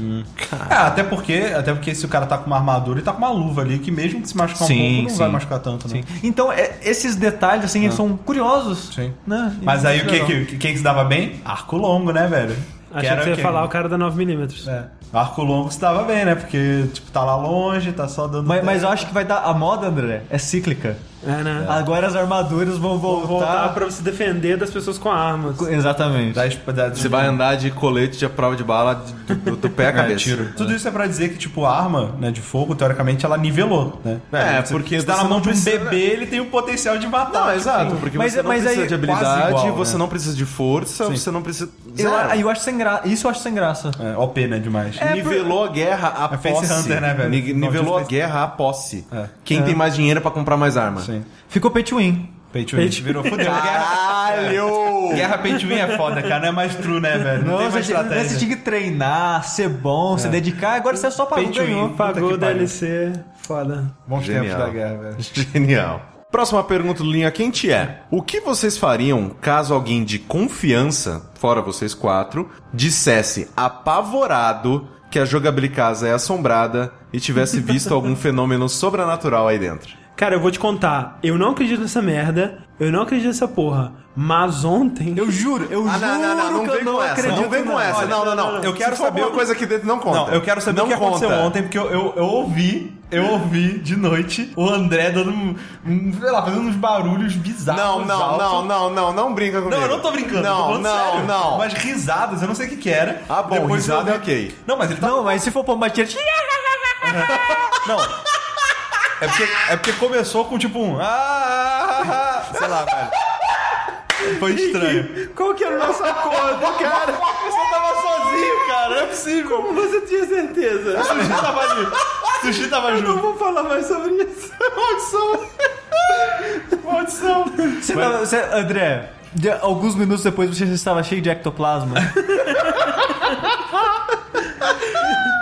Speaker 3: É, até porque, até porque se o cara tá com uma armadura, ele tá com uma luva ali, que mesmo que se machucar um
Speaker 4: Sim,
Speaker 3: pouco, não
Speaker 4: sim.
Speaker 3: vai machucar tanto, né?
Speaker 4: Sim. Então, é- esses detalhes, assim, eles são curiosos.
Speaker 3: Sim.
Speaker 4: Né? E
Speaker 3: Mas aí o que,
Speaker 4: legal.
Speaker 3: que, quem que se dava bem? Arco longo, né, velho?
Speaker 2: Achei que
Speaker 3: era
Speaker 2: você ia
Speaker 3: quem?
Speaker 2: falar o cara da 9mm.
Speaker 3: É. Arco longo se dava bem, né? Porque, tipo, tá lá longe, tá só dando.
Speaker 4: Mas, mas eu acho que vai dar... A moda, André, é cíclica.
Speaker 2: É, né?
Speaker 4: Agora as armaduras vão
Speaker 2: Vou
Speaker 1: Tá.
Speaker 2: voltar
Speaker 4: voltar...
Speaker 2: pra você defender das pessoas com armas.
Speaker 4: Exatamente.
Speaker 3: Dá esp- dá-
Speaker 1: Você vai andar de colete de prova de bala do, do- do pé à
Speaker 3: É,
Speaker 1: cabeça.
Speaker 3: tiro. Tudo isso é pra dizer que, tipo, a arma né, de fogo, teoricamente, ela nivelou, né?
Speaker 1: É,
Speaker 3: você-
Speaker 1: porque
Speaker 3: se dá
Speaker 1: você
Speaker 3: na mão
Speaker 1: não
Speaker 3: de um
Speaker 1: precisa-
Speaker 3: bebê, ele tem o potencial de matar.
Speaker 1: Não,
Speaker 3: tipo,
Speaker 1: exato, porque
Speaker 4: Mas-
Speaker 1: você não
Speaker 4: mas
Speaker 1: precisa
Speaker 4: aí
Speaker 1: de
Speaker 4: é
Speaker 3: quase
Speaker 1: habilidade,
Speaker 3: igual,
Speaker 1: você
Speaker 3: né?
Speaker 1: não precisa de força, você não precisa.
Speaker 4: Eu,
Speaker 1: Zero.
Speaker 4: aí eu acho sem gra... Isso eu acho sem graça.
Speaker 3: É, OP, né, demais.
Speaker 4: É,
Speaker 1: Nivelou a guerra à
Speaker 3: É Face
Speaker 1: posse.
Speaker 3: Hunter, né, velho?
Speaker 1: Ni-
Speaker 3: Maldito
Speaker 1: Nivelou a
Speaker 3: Face-
Speaker 1: guerra à posse.
Speaker 3: É.
Speaker 1: Quem
Speaker 4: É.
Speaker 1: tem mais dinheiro pra comprar mais arma?
Speaker 3: Sim.
Speaker 4: Ficou pay to win.
Speaker 3: Pay to win. Virou fudeu. né?
Speaker 1: Caralho!
Speaker 3: Guerra pay to win é foda, cara. Não é mais true, né, velho? Não, tem mais
Speaker 4: você, tinha- você
Speaker 3: estratégia. É.
Speaker 4: tinha que treinar, ser bom, se dedicar. Agora você só pagou,
Speaker 3: Pay to win.
Speaker 4: ganhou.
Speaker 2: Pagou
Speaker 3: que
Speaker 2: o DLC, foda.
Speaker 3: Bons tempos né?
Speaker 1: Genial.
Speaker 3: da guerra, velho.
Speaker 1: Genial. Próxima pergunta do Linha Quente é: O que vocês fariam caso alguém de confiança, fora vocês quatro, dissesse apavorado que a jogabilicasa é assombrada e tivesse visto algum fenômeno sobrenatural aí dentro?
Speaker 2: Cara, eu vou te contar. Eu não acredito nessa merda. Eu não acredito nessa porra. Mas ontem.
Speaker 4: Eu juro, eu
Speaker 3: Ah,
Speaker 4: juro que eu Ah, não acredito.
Speaker 1: Não vem com essa. Não, não, não.
Speaker 3: eu quero
Speaker 1: Se for
Speaker 3: saber
Speaker 1: alguma
Speaker 3: o-
Speaker 1: coisa aqui dentro não conta.
Speaker 3: Não, eu quero saber
Speaker 1: não
Speaker 3: o que
Speaker 1: conta.
Speaker 3: aconteceu ontem, porque eu, eu, eu ouvi, eu ouvi de noite o André dando um, um, sei lá, fazendo uns barulhos bizarros.
Speaker 1: Não, não,
Speaker 3: altos.
Speaker 1: não, não, não, não brinca comigo.
Speaker 3: Não, eu não tô brincando. tô
Speaker 1: Não,
Speaker 3: falando
Speaker 1: não,
Speaker 3: sério.
Speaker 1: não.
Speaker 3: Mas risadas, eu não sei o que que era.
Speaker 1: Ah, bom,
Speaker 3: Depois
Speaker 1: risada
Speaker 3: eu-
Speaker 1: é ok.
Speaker 3: Não, mas ele tá...
Speaker 4: Não, mas se for pombatinha,
Speaker 3: Não. É porque, é porque começou com tipo um... "Ah, Ah, ah, ah", sei lá, velho. Foi estranho.
Speaker 2: Qual que é era o nosso acordo, cara?
Speaker 3: Você tava sozinho, cara. Não é possível.
Speaker 2: Como você tinha certeza?
Speaker 3: O Sushi tava ali. O Sushi tava
Speaker 2: Eu não
Speaker 3: junto.
Speaker 2: vou falar mais sobre isso.
Speaker 3: Maldição. Maldição.
Speaker 4: Você tava- você- André, de- alguns minutos depois você estava cheio de ectoplasma.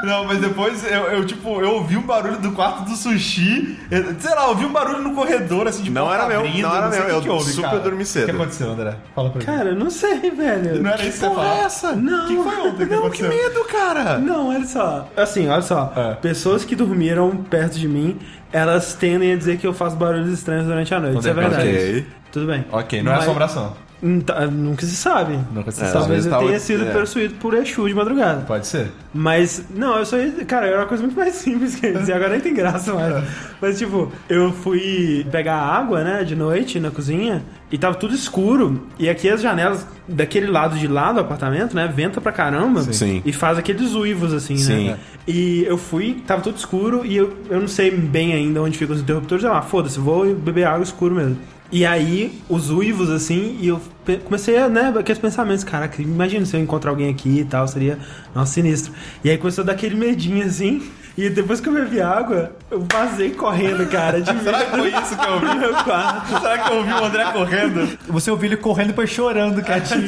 Speaker 3: Não, mas depois eu, eu, tipo, eu ouvi um barulho do quarto do sushi. Eu- sei lá, eu ouvi um barulho no corredor, assim, de
Speaker 1: Não
Speaker 3: porta
Speaker 1: era meu,
Speaker 3: abrindo,
Speaker 1: não era
Speaker 3: sei
Speaker 1: meu,
Speaker 3: o que
Speaker 1: eu
Speaker 3: que houve,
Speaker 1: super
Speaker 3: cara.
Speaker 1: dormi cedo.
Speaker 3: O que aconteceu, André? Fala pra mim.
Speaker 2: Cara, eu não sei, velho.
Speaker 3: não era isso que você
Speaker 1: Porra, é
Speaker 3: falou.
Speaker 1: essa?
Speaker 2: Não.
Speaker 3: que foi ontem que
Speaker 1: Não, que
Speaker 3: aconteceu?
Speaker 1: medo, cara.
Speaker 2: Não, olha só. Assim, olha só.
Speaker 3: É.
Speaker 2: Pessoas que dormiram perto de mim, elas tendem a dizer que eu faço barulhos estranhos durante a noite. Isso é
Speaker 3: Ok.
Speaker 2: verdade. Tudo bem.
Speaker 3: Ok, não é
Speaker 2: Mas-
Speaker 3: assombração.
Speaker 2: Hum, tá- Nunca se sabe.
Speaker 3: Nunca se
Speaker 1: É, às
Speaker 2: Talvez
Speaker 1: vezes
Speaker 2: eu
Speaker 1: tá
Speaker 2: tenha
Speaker 1: oito-
Speaker 2: sido
Speaker 1: é.
Speaker 2: persuído por Exu de madrugada.
Speaker 3: Pode ser.
Speaker 2: Mas, não, eu só ia. Cara, era uma coisa muito mais simples que isso. E agora nem tem graça mais. Mas, tipo, eu fui pegar água, né, de noite na cozinha. E tava tudo escuro. E aqui as janelas daquele lado de lá do apartamento, né? Venta pra caramba.
Speaker 1: Sim.
Speaker 2: E faz aqueles uivos, assim,
Speaker 1: Sim.
Speaker 2: né? E eu fui, tava tudo escuro. E eu, eu não sei bem ainda onde ficam os interruptores. Eu, ah, foda-se, vou beber água escuro mesmo. E aí, os uivos, assim, e eu pe- comecei a, né, aqueles pensamentos, cara, que- imagina se eu encontrar alguém aqui e tal, seria, nossa, sinistro. E aí começou a dar aquele medinho, assim, e depois que eu bebi água, eu vazei correndo, cara, de
Speaker 3: Será
Speaker 2: medo
Speaker 3: que foi isso que eu
Speaker 2: pro
Speaker 3: ouvi?
Speaker 2: meu quarto.
Speaker 3: Será que eu ouvi o André correndo?
Speaker 4: Você ouviu ele correndo e depois chorando, cara.
Speaker 3: tipo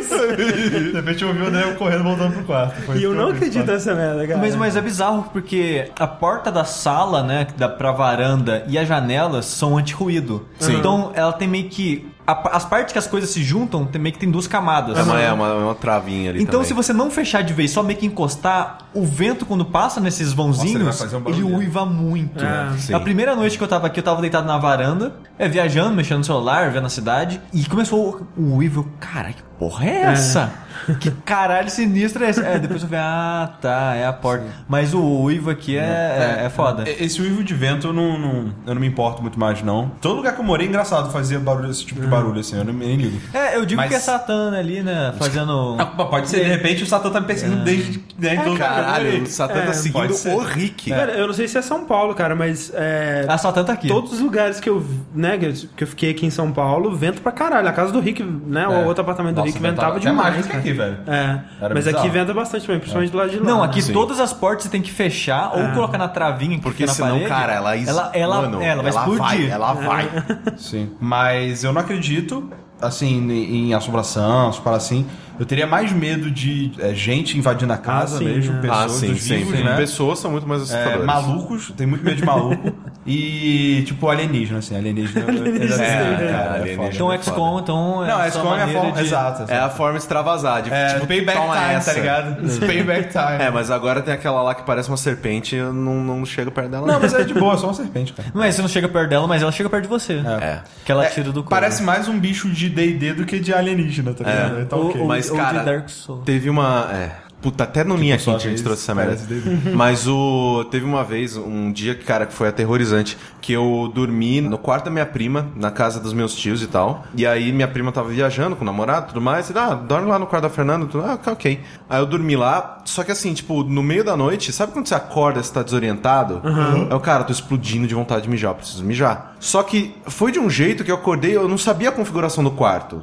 Speaker 3: isso. De repente eu ouvi o André correndo voltando pro quarto. Foi
Speaker 2: E
Speaker 3: isso
Speaker 2: eu
Speaker 3: que
Speaker 2: não
Speaker 3: ouvi.
Speaker 2: acredito nessa merda, cara.
Speaker 4: Mas, mas é bizarro porque a porta da sala, né, da, pra varanda e as janelas são anti-ruído.
Speaker 1: Sim.
Speaker 4: Então ela tem meio que. a- as partes que as coisas se juntam tem meio que tem duas camadas.
Speaker 1: É uma, é uma, é uma travinha ali
Speaker 4: Então,
Speaker 1: também.
Speaker 4: se você não fechar de vez, só meio que encostar, o vento, quando passa nesses vãozinhos,
Speaker 3: Nossa, ele vai fazer um
Speaker 4: ele,
Speaker 3: barulho.
Speaker 4: uiva muito.
Speaker 2: Ah,
Speaker 1: sim.
Speaker 4: a primeira noite que eu tava aqui, eu tava deitado na varanda, é, viajando, mexendo no celular, vendo a cidade, e começou o o uivo. eu, Caralho, que porra é essa? Que caralho sinistro é esse? É, depois eu vi, ah, tá, é a porta. Mas o uivo aqui é, é, é foda.
Speaker 3: E- Esse uivo de vento eu não, não- eu não me importo muito mais, não. Todo lugar que eu morei, é engraçado, fazia barulho, esse tipo de barulho, assim, eu não, nem ligo.
Speaker 4: É, eu digo
Speaker 3: Mas-
Speaker 4: que é Satana ali, né, fazendo...
Speaker 3: Ah, mas pode
Speaker 2: É.
Speaker 3: ser, de repente o Satã tá me perseguindo desde né, em todo lugar que eu
Speaker 1: Caralho,
Speaker 3: morei.
Speaker 1: o Satã
Speaker 2: É,
Speaker 1: tá
Speaker 2: pode
Speaker 1: seguindo
Speaker 3: ser.
Speaker 1: o Rick.
Speaker 2: Cara, eu não sei se é São Paulo, cara, mas é,
Speaker 4: A Satã tá aqui.
Speaker 2: Todos os lugares que eu, né, que eu- que eu fiquei aqui em São Paulo, vento pra caralho. A casa do Rick, né, o outro apartamento do
Speaker 3: Nossa,
Speaker 2: Rick ventava
Speaker 3: até mais
Speaker 2: demais.
Speaker 3: do que
Speaker 2: cara.
Speaker 3: aqui, velho.
Speaker 2: É,
Speaker 3: Era
Speaker 2: mas
Speaker 3: bizarro.
Speaker 2: aqui venta bastante também, principalmente do lado de lá.
Speaker 4: Não, aqui
Speaker 2: né?
Speaker 1: Sim.
Speaker 4: todas as portas você tem que fechar ou colocar na travinha que
Speaker 1: Porque
Speaker 4: fica na
Speaker 1: senão,
Speaker 4: parede.
Speaker 1: cara, ela... is-
Speaker 4: ela, ela, é,
Speaker 1: Mano,
Speaker 4: ela vai explodir.
Speaker 1: ela vai.
Speaker 2: É.
Speaker 3: Sim. Mas eu não acredito, assim, em em assombração, essas paradas assim. Eu teria mais medo de é, gente invadindo a casa
Speaker 2: Ah, sim,
Speaker 3: mesmo,
Speaker 2: é.
Speaker 3: pessoas
Speaker 1: ah, sim,
Speaker 3: dos vivos,
Speaker 1: sempre.
Speaker 3: né?
Speaker 1: Pessoas são muito mais
Speaker 3: É,
Speaker 1: assustadoras.
Speaker 3: malucos, tem muito medo de maluco. e, tipo, alienígena, assim, alienígena.
Speaker 2: Alienígena,
Speaker 3: é,
Speaker 1: é,
Speaker 3: cara, é
Speaker 1: alienígena.
Speaker 3: foda.
Speaker 4: Então
Speaker 1: é
Speaker 4: XCOM,
Speaker 1: foda.
Speaker 4: então
Speaker 3: Não, a
Speaker 4: só
Speaker 3: Scone é a
Speaker 4: maneira
Speaker 3: forma.
Speaker 4: de-
Speaker 3: Exato. exato.
Speaker 1: É a forma extravasar, de
Speaker 3: né? É,
Speaker 1: tipo,
Speaker 3: payback
Speaker 1: toma
Speaker 3: time,
Speaker 1: essa.
Speaker 3: tá ligado? payback time.
Speaker 1: É, mas agora tem aquela lá que parece uma serpente eu não, não chego perto dela.
Speaker 3: Não, mas é de boa, é só uma serpente, cara.
Speaker 4: Não é, você não chega perto dela, mas ela chega perto de você.
Speaker 1: É.
Speaker 4: Que ela
Speaker 3: É,
Speaker 4: tira do corpo.
Speaker 3: Parece mais um bicho de D&D do que de alienígena, tá ligado? Tá
Speaker 4: Ou-
Speaker 3: ok.
Speaker 4: ou-
Speaker 1: Mas,
Speaker 4: ou de
Speaker 1: cara,
Speaker 4: Dark Souls.
Speaker 1: Teve uma. É. Puta, até no minha aqui a
Speaker 3: sua
Speaker 1: gente
Speaker 3: Tipo, vez,
Speaker 1: trouxe essa merda.
Speaker 3: parece David.
Speaker 1: Mas o. Teve uma vez, um dia, que, cara, que foi aterrorizante, que eu dormi no quarto da minha prima, na casa dos meus tios e tal. E aí minha prima tava viajando com o namorado e tudo mais. E, ah, dorme lá no quarto da Fernanda. Tudo, ah, tá, ok. Aí eu dormi lá, só que assim, tipo, no meio da noite, sabe quando você acorda, você tá desorientado? Aí o cara, tô explodindo de vontade de mijar, eu preciso mijar. Só que foi de um jeito que eu acordei, eu não sabia a configuração do quarto.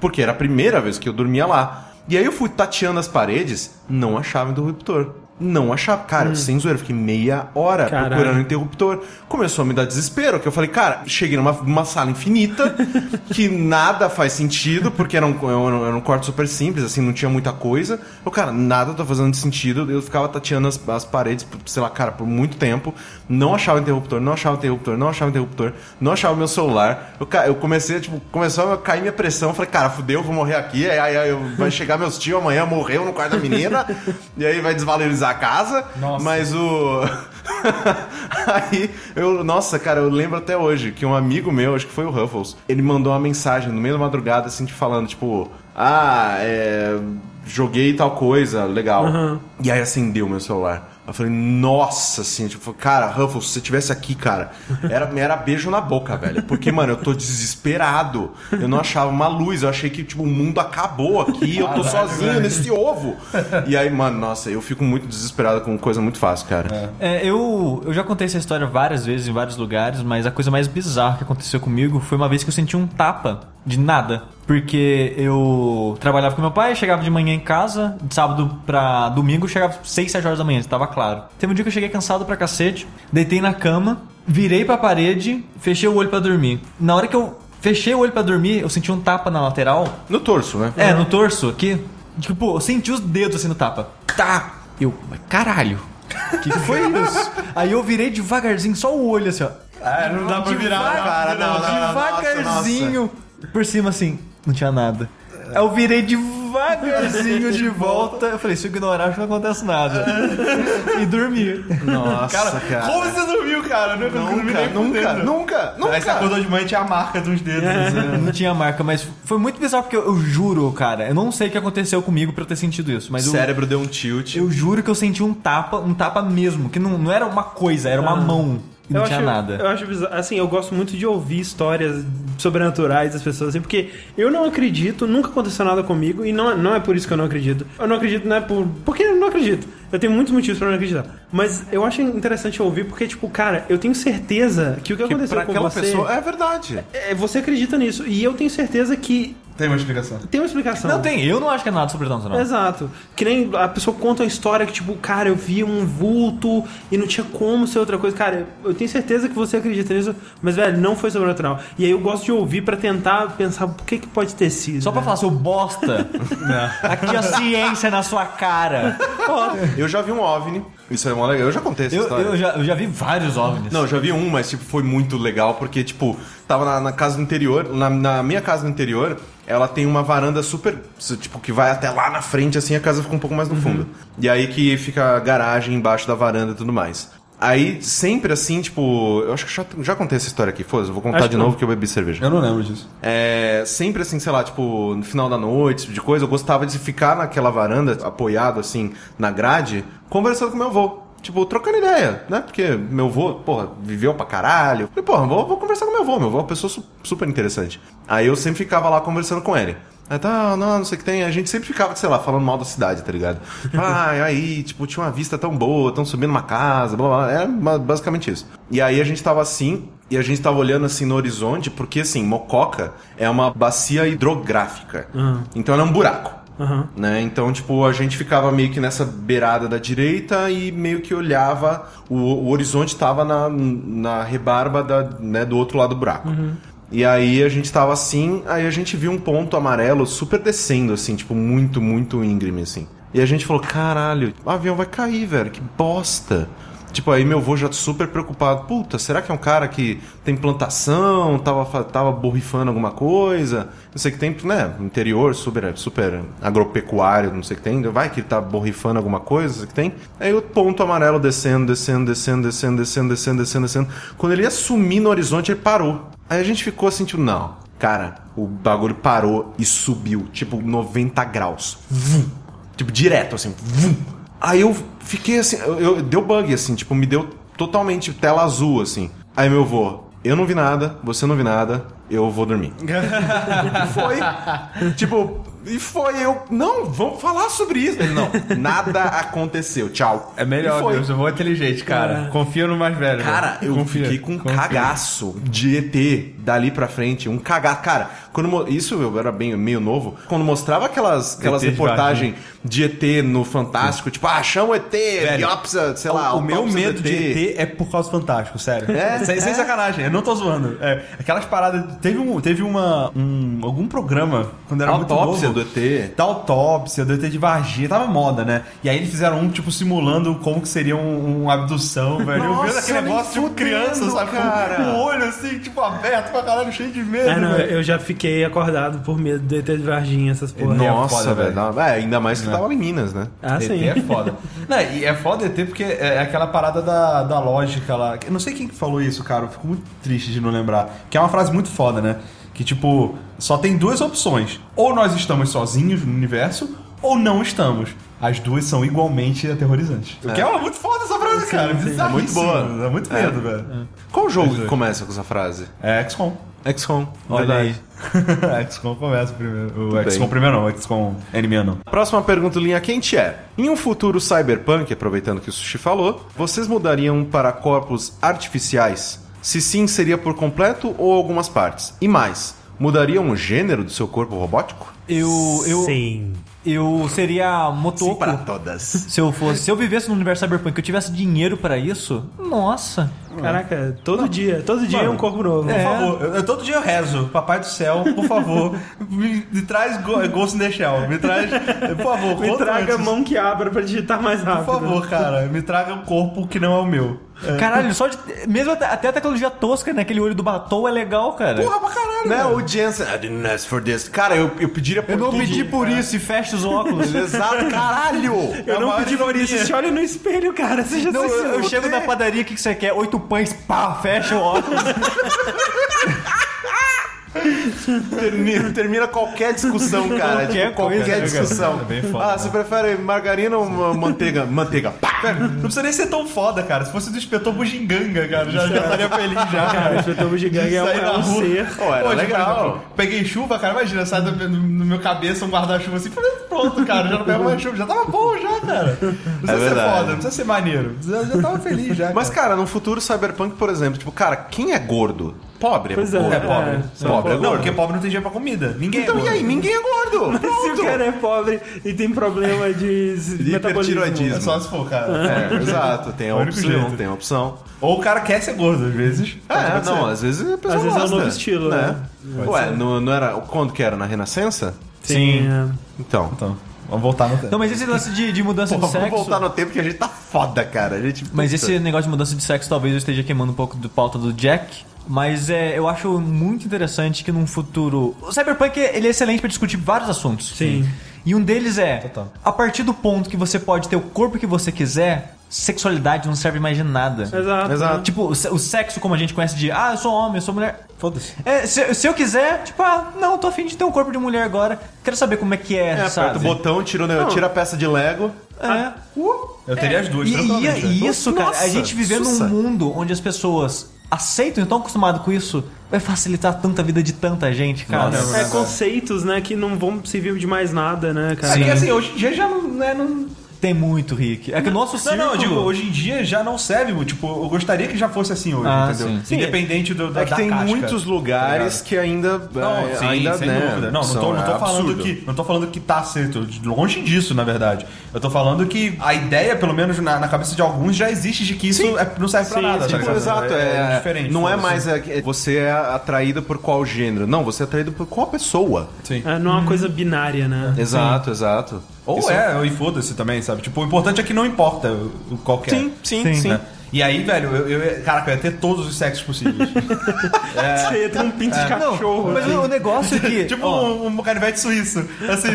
Speaker 1: Porque era a primeira vez que eu dormia lá. E aí eu fui tateando as paredes, não achava interruptor. Não achava. Cara, sem zoeira, eu fiquei meia hora
Speaker 2: Caralho.
Speaker 1: procurando um interruptor. Começou a me dar desespero, que eu falei, cara, cheguei numa uma sala infinita, que nada faz sentido, porque era um, era um- era um quarto super simples, assim, não tinha muita coisa. Eu, cara, nada tá fazendo sentido. Eu ficava tateando as, as paredes, sei lá, cara, por muito tempo. Não achava interruptor, não achava interruptor, não achava interruptor, não achava meu celular. Eu, ca- eu comecei, tipo, começou a cair minha pressão. Eu falei, cara, fudeu, eu vou morrer aqui. Aí, aí, aí eu- vai chegar meus tios amanhã, morreu no quarto da menina. e aí vai desvalorizar a casa.
Speaker 3: Nossa.
Speaker 1: Mas o. Aí, eu, nossa, cara, eu lembro até hoje que um amigo meu, acho que foi o Ruffles, ele mandou uma mensagem no meio da madrugada, assim, te falando, tipo, ah, é, joguei tal coisa, legal. E aí acendeu meu celular. Eu falei, nossa, assim, tipo, cara, Ruffles, se você tivesse aqui, cara, era, era beijo na boca, velho. Porque, mano, eu tô desesperado. Eu não achava uma luz, eu achei que, tipo, o mundo acabou aqui, eu tô sozinho nesse ovo. E aí, mano, nossa, eu fico muito desesperado com coisa muito fácil, cara.
Speaker 4: É, eu, eu já contei essa história várias vezes em vários lugares, mas a coisa mais bizarra que aconteceu comigo foi uma vez que eu senti um tapa de nada. Porque eu trabalhava com meu pai, chegava de manhã em casa, de sábado pra domingo, chegava 6, 7 horas da manhã, estava claro. Teve um dia que eu cheguei cansado pra cacete, deitei na cama, virei pra parede, fechei o olho pra dormir. Na hora que eu fechei o olho pra dormir, eu senti um tapa na lateral
Speaker 1: No torso, né?
Speaker 4: é, no torso aqui. Tipo, eu senti os dedos assim no tapa. Tá! Eu, mas caralho! Que foi isso? Aí eu virei devagarzinho, só o olho assim, ó.
Speaker 3: É, não dá pra virar, não, cara. Não, não, não, não.
Speaker 4: devagarzinho por cima assim. Não tinha nada. Aí eu virei devagarzinho de volta. Eu falei, se eu ignorar, acho que não acontece nada. E dormi.
Speaker 3: Uhum.
Speaker 1: Nossa, cara.
Speaker 3: Como você dormiu, cara? Eu nunca, dormi
Speaker 1: Nunca,
Speaker 3: nem
Speaker 1: nunca,
Speaker 3: fudendo.
Speaker 1: nunca,
Speaker 3: Aí você
Speaker 1: nunca.
Speaker 3: acordou de manhã e tinha a marca dos dedos. assim.
Speaker 4: Não tinha marca, mas foi muito bizarro porque eu, eu juro, cara. Eu não sei o que aconteceu comigo pra eu ter sentido isso,
Speaker 1: O
Speaker 4: mas eu-
Speaker 1: cérebro deu um tilt.
Speaker 4: Eu juro que eu senti um tapa, um tapa mesmo, que não, não era uma coisa, era uma mão. E não
Speaker 2: Ah. eu
Speaker 4: tinha
Speaker 2: acho,
Speaker 4: nada.
Speaker 2: Eu acho bizarro. Assim, eu gosto muito de ouvir histórias sobrenaturais das pessoas, assim, porque eu não acredito, nunca aconteceu nada comigo, e não, é- não é por isso que eu não acredito. Eu não acredito, não é por. Porque eu não acredito. Eu tenho muitos motivos pra não acreditar. Mas eu acho interessante ouvir, porque, tipo, cara, eu tenho certeza que o que,
Speaker 1: Que
Speaker 2: aconteceu
Speaker 1: pra
Speaker 2: com
Speaker 1: aquela
Speaker 2: você.
Speaker 1: pessoa. É verdade.
Speaker 2: é, você acredita nisso. E eu tenho certeza que
Speaker 3: Tem uma explicação.
Speaker 2: tem uma explicação.
Speaker 4: Não tem, eu não acho que é nada sobrenatural.
Speaker 2: Exato. Que nem a pessoa conta uma história que, tipo, cara, eu vi um vulto e não tinha como ser outra coisa. Cara, eu tenho certeza que você acredita nisso, mas, velho, não foi sobrenatural. E aí eu gosto de ouvir pra tentar pensar o que, que pode ter sido.
Speaker 4: Só pra
Speaker 2: né?
Speaker 4: falar, seu bosta,
Speaker 2: É.
Speaker 4: aqui a ciência na sua cara.
Speaker 1: Eu já vi um OVNI. Isso é mó legal. Eu já contei essa
Speaker 4: Eu,
Speaker 1: história.
Speaker 4: eu já, eu já vi vários OVNIs.
Speaker 1: Não, eu já vi um, mas tipo, foi muito legal, porque, tipo, tava na, na casa do interior, na, na minha casa do interior, ela tem uma varanda super, tipo, que vai até lá na frente, assim, a casa fica um pouco mais no
Speaker 2: Uhum.
Speaker 1: fundo. E aí que fica a garagem embaixo da varanda e tudo mais. Aí, sempre assim, tipo, eu acho que já, já contei essa história aqui, foda-se, eu vou contar
Speaker 2: Acho
Speaker 1: de
Speaker 2: que não.
Speaker 1: novo que eu bebi cerveja.
Speaker 3: não lembro disso.
Speaker 1: É, sempre assim, sei lá, tipo, no final da noite, esse tipo de coisa, eu gostava de ficar naquela varanda, apoiado assim, na grade, conversando com meu avô. Tipo, trocando ideia, né? Porque meu avô, porra, viveu pra caralho. Falei, porra, vou, vou conversar com meu avô, meu avô é uma pessoa su- super interessante. Aí eu sempre ficava lá conversando com ele. Aí tá, não, não sei o que tem. A gente sempre ficava, sei lá, falando mal da cidade, tá ligado? Ah, aí, tipo, tinha uma vista tão boa, tão subindo uma casa, blá blá. blá. Era ba- basicamente isso. E aí a gente tava assim, e a gente tava olhando assim no horizonte, porque assim, Mococa é uma bacia hidrográfica. Então ela é um buraco.
Speaker 2: Aham.
Speaker 1: Né? Então, tipo, a gente ficava meio que nessa beirada da direita e meio que olhava, o, o horizonte estava na, na rebarba da, né, do outro lado do buraco. E aí a gente tava assim, aí a gente viu um ponto amarelo super descendo, assim, tipo, muito, muito íngreme, assim. E a gente falou, caralho, o avião vai cair, velho, que bosta. Tipo, aí meu avô já super preocupado. Puta, será que é um cara que tem plantação, tava, fa- tava borrifando alguma coisa? Não sei o que tem, né? Interior, super, super agropecuário, não sei o que tem. Vai que ele tá borrifando alguma coisa, não sei o que tem. Aí o ponto amarelo descendo, descendo, descendo, descendo, descendo, descendo, descendo, descendo. Quando ele ia sumir no horizonte, ele parou. Aí a gente ficou assim, tipo, não. Cara, o bagulho parou e subiu, tipo, 90 graus. Vum. Tipo, direto, assim. vum. Aí eu fiquei assim, eu, eu- deu bug, assim, tipo, me deu totalmente tela azul, assim. Aí meu avô, eu não vi nada, você não vi nada, eu vou dormir. E foi. Tipo, e foi eu. Não, vamos falar sobre isso. Ele, não, nada aconteceu. Tchau.
Speaker 3: É melhor,
Speaker 1: E foi.
Speaker 3: Deus. Eu vou inteligente, cara. Confia no mais velho.
Speaker 1: Cara, eu
Speaker 3: É, Confia.
Speaker 1: fiquei com um
Speaker 3: Confia.
Speaker 1: cagaço de ET dali pra frente. Um cagaço. Cara, quando mo- isso eu era bem meio novo. Quando mostrava aquelas, aquelas
Speaker 3: ET de
Speaker 1: reportagens de ET no Fantástico, tipo, ah, chama o ET, biopsia, sei lá.
Speaker 3: o meu
Speaker 1: autópsia do
Speaker 3: medo de ET é por causa do Fantástico, sério.
Speaker 1: É?
Speaker 3: sem, sem sacanagem, eu não tô zoando. É, aquelas paradas teve um, teve uma, um, algum programa quando era
Speaker 1: Autópsia
Speaker 3: muito é novo.
Speaker 1: do ET.
Speaker 3: Da autópsia, do ET de Varginha, tava moda, né? E aí eles fizeram um, tipo, simulando como que seria um, uma abdução, velho. eu vendo
Speaker 1: Nossa,
Speaker 3: aquele
Speaker 1: nem
Speaker 3: negócio de uma
Speaker 1: fudendo,
Speaker 3: criança, sabe?
Speaker 1: cara.
Speaker 3: Com o olho assim, tipo, aberto pra caralho, cheio de medo,
Speaker 2: É, não,
Speaker 3: velho.
Speaker 2: eu já fiquei acordado por medo de ET de Varginha, essas porra.
Speaker 1: Nossa,
Speaker 3: foda,
Speaker 1: velho.
Speaker 3: velho.
Speaker 1: dá- É, ainda mais que tava em Minas, né?
Speaker 2: Ah, sim.
Speaker 3: ET é foda. Não, e é foda ET porque é aquela parada da, da lógica lá. Eu não sei quem que falou isso, cara. Eu fico muito triste de não lembrar. Que é uma frase muito foda, né? Que tipo, só tem duas opções. Ou nós estamos sozinhos no universo, ou não estamos. As duas são igualmente aterrorizantes. O que é uma- muito foda essa frase, cara.
Speaker 1: É muito boa.
Speaker 3: É muito medo, velho.
Speaker 1: Qual jogo que começa com essa frase?
Speaker 3: É, XCOM.
Speaker 1: XCOM.
Speaker 3: Olha
Speaker 1: verdade.
Speaker 3: aí. XCOM começa primeiro. O
Speaker 1: bem.
Speaker 3: XCOM primeiro não, o XCOM Enemy não.
Speaker 1: Próxima pergunta linha quente é: Em um futuro cyberpunk, aproveitando que o Sushi falou, vocês mudariam para corpos artificiais? Se sim, seria por completo ou algumas partes? E mais, mudariam o gênero do seu corpo robótico?
Speaker 4: Eu, eu,
Speaker 2: Sim.
Speaker 4: eu seria Motoko.
Speaker 1: todas.
Speaker 4: Se eu fosse, se eu vivesse no universo cyberpunk, que eu tivesse dinheiro pra isso, nossa.
Speaker 2: Caraca, todo dia, todo dia é um corpo novo.
Speaker 3: Por
Speaker 4: É.
Speaker 3: favor, eu, eu- todo dia eu rezo. Papai do céu, por favor, me, me traz go, Ghost in the Shell. Me traz, por favor,
Speaker 2: Me
Speaker 3: quanto
Speaker 2: traga a
Speaker 3: antes.
Speaker 2: mão que abra pra digitar mais
Speaker 3: Por
Speaker 2: rápido.
Speaker 3: favor, cara, me traga um corpo que não é o meu.
Speaker 4: Caralho, só de, mesmo até, até a tecnologia tosca, né? Aquele olho do Batou é legal, cara.
Speaker 3: Porra pra caralho.
Speaker 1: Né, o Jensen. I didn't ask for this. Cara, eu, eu pediria por
Speaker 4: eu não
Speaker 1: tudo.
Speaker 4: pedi por isso e fecha os óculos.
Speaker 1: Exato, caralho!
Speaker 2: Eu não pedi por isso. Você olha no espelho, cara. Você já
Speaker 4: Não,
Speaker 2: se
Speaker 4: eu, eu
Speaker 2: fuder.
Speaker 4: chego na padaria, o que, que você quer? Oito pães, pá, fecha o óculos.
Speaker 1: Termina, termina qualquer discussão, cara.
Speaker 4: Qualquer
Speaker 1: Tipo, qualquer
Speaker 4: coisa, né, cara?
Speaker 1: discussão.
Speaker 3: É bem foda,
Speaker 1: ah,
Speaker 3: né?
Speaker 1: você prefere margarina ou ma- manteiga? Manteiga. Pá!
Speaker 3: Cara, Não precisa nem ser tão foda, cara. Se fosse do inspetor bugiganga, cara, já, já estaria feliz já.
Speaker 2: Cara, o inspetor bugiganga é um-
Speaker 3: Sair
Speaker 2: é
Speaker 3: na
Speaker 2: um
Speaker 3: rua.
Speaker 2: ser.
Speaker 1: Pô, era
Speaker 3: Hoje,
Speaker 1: legal.
Speaker 3: por exemplo, peguei chuva, cara, imagina, sai do, do- no meu cabeça um guarda-chuva assim, pronto, cara, já não pego mais chuva, já tava bom já, cara. Não precisa ser
Speaker 1: É verdade.
Speaker 3: foda, não precisa ser maneiro. Já, já tava feliz já.
Speaker 1: Mas,
Speaker 3: cara.
Speaker 1: cara, no futuro cyberpunk, por exemplo, tipo, cara, quem é gordo? Pobre.
Speaker 2: Pois é.
Speaker 1: gordo.
Speaker 3: É pobre.
Speaker 1: É, pobre é
Speaker 3: Não,
Speaker 1: gordo.
Speaker 3: porque pobre não tem dinheiro pra comida. Ninguém
Speaker 1: Então,
Speaker 3: é
Speaker 1: e
Speaker 3: gordo.
Speaker 1: aí? Ninguém é gordo.
Speaker 2: Se o cara é pobre e tem problema de
Speaker 1: De hipertiroidismo.
Speaker 2: metabolismo.
Speaker 3: É só se for, cara.
Speaker 1: É, exato. Tem a
Speaker 3: O único
Speaker 1: opção,
Speaker 3: jeito.
Speaker 1: tem a opção.
Speaker 3: Ou o cara quer ser gordo, às vezes.
Speaker 1: É,
Speaker 3: Pode
Speaker 1: não,
Speaker 3: ser.
Speaker 1: às vezes a pessoa
Speaker 2: Às vezes é um
Speaker 1: gosta,
Speaker 2: novo estilo, né?
Speaker 1: Ué, não, não era... Quando que era? Na Renascença?
Speaker 2: Sim.
Speaker 1: Então...
Speaker 3: Então, vamos voltar no tempo.
Speaker 4: Não, mas esse lance de, de mudança
Speaker 1: Pô,
Speaker 4: de Então, sexo.
Speaker 1: vamos voltar no tempo que a gente tá foda, cara. A gente...
Speaker 4: Mas
Speaker 1: Puta.
Speaker 4: esse negócio de mudança de sexo talvez eu esteja queimando um pouco do pauta do Jack. Mas é, eu acho muito interessante que num futuro. O Cyberpunk ele é excelente pra discutir vários assuntos.
Speaker 2: Sim.
Speaker 4: E um deles é:
Speaker 3: Total.
Speaker 4: a partir do ponto que você pode ter o corpo que você quiser, sexualidade não serve mais de nada.
Speaker 2: Exato.
Speaker 1: Exato.
Speaker 4: Tipo, o se- o sexo como a gente conhece de ah, eu sou homem, eu sou mulher.
Speaker 3: Foda-se.
Speaker 4: É, se, se eu quiser, tipo, ah, não, tô afim de ter um corpo de mulher agora. Quero saber como é que é,
Speaker 1: É, aperta
Speaker 4: sabe?
Speaker 1: o Ah, botão, tira, o ne- tira a peça de Lego.
Speaker 4: É.
Speaker 3: Eu teria as duas,
Speaker 4: E, e-
Speaker 3: tranquilamente,
Speaker 4: e
Speaker 3: né?
Speaker 4: isso,
Speaker 1: Nossa,
Speaker 4: cara, a gente vivendo
Speaker 1: sussa.
Speaker 4: num mundo onde as pessoas aceitam e estão acostumadas com isso, vai facilitar tanta vida de tanta gente, cara.
Speaker 3: Nossa.
Speaker 2: É conceitos, né, que não vão servir de mais nada, né, cara?
Speaker 3: É que assim, hoje em dia já não. Né, não...
Speaker 4: Tem muito, Rick. É que o nosso
Speaker 3: Não,
Speaker 4: círculo...
Speaker 3: não, eu digo, hoje em dia já não serve. Tipo, eu gostaria que já fosse assim hoje,
Speaker 4: Ah,
Speaker 3: entendeu?
Speaker 4: sim. Sim.
Speaker 3: Independente do, da
Speaker 1: É que
Speaker 3: da
Speaker 1: tem
Speaker 3: casca. tá
Speaker 1: muitos lugares que ainda.
Speaker 3: Não,
Speaker 1: é,
Speaker 3: sim,
Speaker 1: ainda,
Speaker 3: sem
Speaker 1: né,
Speaker 3: dúvida. Não, não
Speaker 1: são-
Speaker 3: tô, não tô
Speaker 1: é
Speaker 3: falando
Speaker 1: absurdo.
Speaker 3: que, não tô falando que tá certo. Longe disso, na verdade. Eu tô falando que a ideia, pelo menos na, na cabeça de alguns, já existe de que isso é- não serve pra
Speaker 2: Sim,
Speaker 3: nada.
Speaker 2: sim.
Speaker 3: tá
Speaker 1: Tipo,
Speaker 3: ligado?
Speaker 1: exato, é,
Speaker 3: diferente.
Speaker 1: Não é
Speaker 3: foda-se.
Speaker 1: mais é, você é atraído por qual gênero. Não, você é atraído por qual pessoa.
Speaker 3: Sim.
Speaker 2: É, não é uma coisa binária, né?
Speaker 1: Exato, exato.
Speaker 3: Ou
Speaker 1: Isso-
Speaker 3: é, e foda-se também, sabe? Tipo, o importante é que não importa o o qual que é.
Speaker 1: Sim, sim, sim.
Speaker 4: Sim,
Speaker 3: Né? E aí, velho, eu, eu, caraca, eu ia ter todos os sexos possíveis.
Speaker 2: Você ia ter um pinto de
Speaker 4: É. Não,
Speaker 2: cachorro. assim.
Speaker 4: mas o o negócio é que...
Speaker 3: é assim. tipo
Speaker 4: ó,
Speaker 3: um, um canivete suíço. Assim,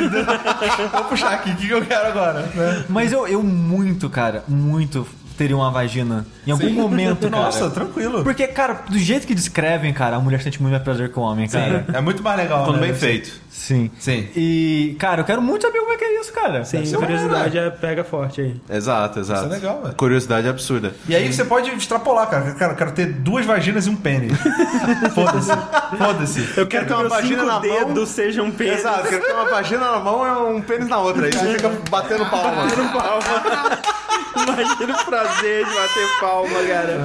Speaker 3: vou puxar aqui, o que que eu quero agora? né?
Speaker 4: Mas eu, eu muito, cara, muito teria uma vagina. Em algum momento, cara.
Speaker 3: Nossa, tranquilo.
Speaker 4: Porque, cara, do jeito que descrevem, cara, a mulher sente muito mais prazer que o homem, cara.
Speaker 3: É muito mais legal.
Speaker 1: Tudo
Speaker 3: né?
Speaker 1: bem
Speaker 3: Assim.
Speaker 1: feito.
Speaker 4: Sim.
Speaker 3: Sim.
Speaker 4: E, cara, eu quero muito saber como é que é isso, cara.
Speaker 2: Sim,
Speaker 3: ser
Speaker 2: curiosidade é pega forte aí.
Speaker 1: Exato, exato.
Speaker 3: Isso é legal, velho.
Speaker 1: Curiosidade absurda.
Speaker 3: E aí você pode extrapolar, cara. Cara, eu quero ter duas vaginas e um pênis. Foda-se. Foda-se.
Speaker 2: Eu quero
Speaker 1: ter
Speaker 2: que
Speaker 1: uma
Speaker 2: meus
Speaker 1: vagina
Speaker 2: cinco
Speaker 1: na mão.
Speaker 2: dedos sejam pênis.
Speaker 1: Exato, quero ter uma vagina na mão e um pênis na outra. Aí você fica batendo palma.
Speaker 2: Imagina o prazer de bater palma, cara.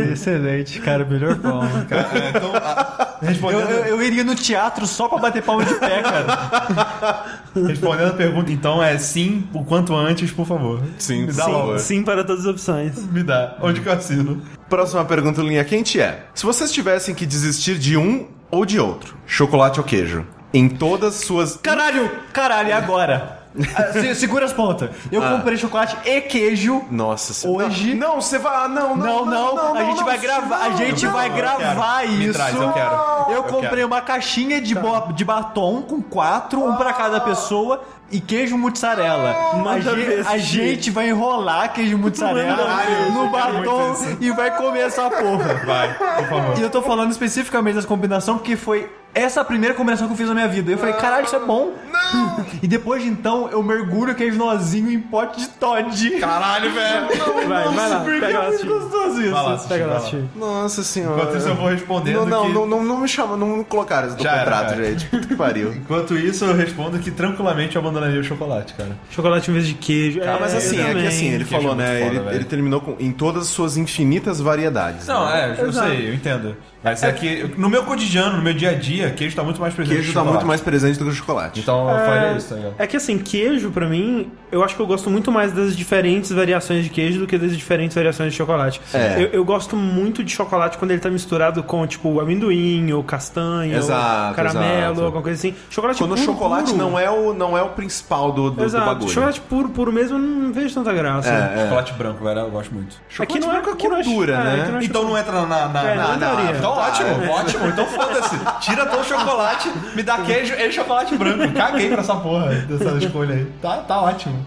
Speaker 4: É, excelente, cara, melhor palma.
Speaker 3: É, então, a-
Speaker 4: Eu,
Speaker 3: respondendo,
Speaker 4: eu- eu iria no teatro só pra bater palma de pé, cara.
Speaker 3: respondendo a pergunta, então é sim, o quanto antes, por favor.
Speaker 1: Sim,
Speaker 3: me dá
Speaker 1: sim.
Speaker 3: logo.
Speaker 2: Sim para todas as opções.
Speaker 3: Me dá. Onde que eu assino?
Speaker 1: Próxima pergunta, linha quente é: Se vocês tivessem que desistir de um ou de outro. Chocolate ao queijo. Em todas suas.
Speaker 4: Caralho! Caralho, e agora? Ah, se- Segura as pontas. Eu comprei chocolate e queijo.
Speaker 1: Nossa senhora.
Speaker 4: Hoje.
Speaker 1: Não, você vai. ah, Não,
Speaker 4: Não,
Speaker 1: não,
Speaker 4: não, a gente vai gravar, a gente
Speaker 1: não.
Speaker 4: vai gravar
Speaker 3: quero.
Speaker 4: isso.
Speaker 3: Me traz, eu quero.
Speaker 4: Eu,
Speaker 3: Eu
Speaker 4: comprei
Speaker 3: quero.
Speaker 4: uma caixinha de, bo- de batom com quatro, um pra cada pessoa e queijo mussarela. A,
Speaker 2: manda
Speaker 4: ge-
Speaker 2: ver esse
Speaker 4: a gente vai enrolar queijo
Speaker 3: Manda ver. Eu
Speaker 4: mussarela no
Speaker 3: quero
Speaker 4: batom
Speaker 3: muito
Speaker 4: e vai comer essa porra.
Speaker 3: Vai, por favor.
Speaker 4: E eu tô falando especificamente dessa combinação porque foi essa a primeira combinação que eu fiz na minha vida. Eu falei, caralho, isso é bom. Não! E depois de então, eu mergulho queijo nozinho em pote de Todd.
Speaker 3: Caralho, velho.
Speaker 2: Vai, vai lá,
Speaker 4: Porque
Speaker 2: pega
Speaker 4: é
Speaker 2: lá,
Speaker 1: assim.
Speaker 4: muito
Speaker 2: Steve.
Speaker 4: gostoso isso.
Speaker 3: Vai lá,
Speaker 2: Pega lá,
Speaker 3: Sushi, vai lá.
Speaker 2: Steve.
Speaker 1: Nossa senhora.
Speaker 3: Enquanto isso, eu vou respondendo
Speaker 1: Não, não,
Speaker 3: que-
Speaker 1: não, não, não me chama, não colocaram isso do
Speaker 3: Já era,
Speaker 1: contrato,
Speaker 3: cara.
Speaker 1: gente. Puta que pariu.
Speaker 3: Enquanto isso, eu respondo que tranquilamente eu abandonaria o chocolate, cara.
Speaker 2: Chocolate em vez de queijo.
Speaker 1: Ah, mas
Speaker 2: eu
Speaker 1: assim, é que
Speaker 2: também.
Speaker 1: assim, ele
Speaker 3: Queijo
Speaker 1: falou,
Speaker 3: é muito
Speaker 1: né?
Speaker 3: foda,
Speaker 1: ele,
Speaker 3: velho.
Speaker 1: ele terminou com, em todas as suas infinitas variedades.
Speaker 3: Não,
Speaker 1: né?
Speaker 3: é, eu
Speaker 2: Exato.
Speaker 3: sei, eu entendo. Mas é que no meu cotidiano, no meu dia a dia, queijo tá muito mais presente.
Speaker 1: Queijo
Speaker 3: que
Speaker 1: tá
Speaker 3: chocolate.
Speaker 1: muito mais presente do que o chocolate.
Speaker 3: Então eu faria isso, tá ligado?
Speaker 2: É que assim, queijo pra mim, eu acho que eu gosto muito mais das diferentes variações de queijo do que das diferentes variações de chocolate.
Speaker 1: É.
Speaker 2: Eu, eu gosto muito de chocolate quando ele tá misturado com, tipo, amendoim ou castanha,
Speaker 1: Exato,
Speaker 2: ou caramelo,
Speaker 1: exato.
Speaker 2: ou alguma coisa assim.
Speaker 3: tipo,
Speaker 2: Chocolate
Speaker 1: Quando o
Speaker 2: puro,
Speaker 1: chocolate
Speaker 2: puro.
Speaker 1: não é o, não é o principal do, do- do
Speaker 2: Exato.
Speaker 1: bagulho.
Speaker 2: Chocolate puro, puro mesmo, eu não vejo tanta graça.
Speaker 1: É, é.
Speaker 3: Chocolate branco, velho, eu gosto muito.
Speaker 2: Aqui não é
Speaker 1: branco é
Speaker 2: aqui não é-
Speaker 1: gordura,
Speaker 2: é,
Speaker 1: né?
Speaker 2: aqui não é
Speaker 3: Então não entra na. na,
Speaker 2: É,
Speaker 3: na-
Speaker 2: não entraria.
Speaker 3: Então
Speaker 1: Tá,
Speaker 3: ótimo,
Speaker 1: é.
Speaker 3: ótimo. Então foda-se. Tira todo o chocolate, me dá queijo e chocolate branco. Caguei pra essa porra dessa escolha aí. Tá, tá ótimo.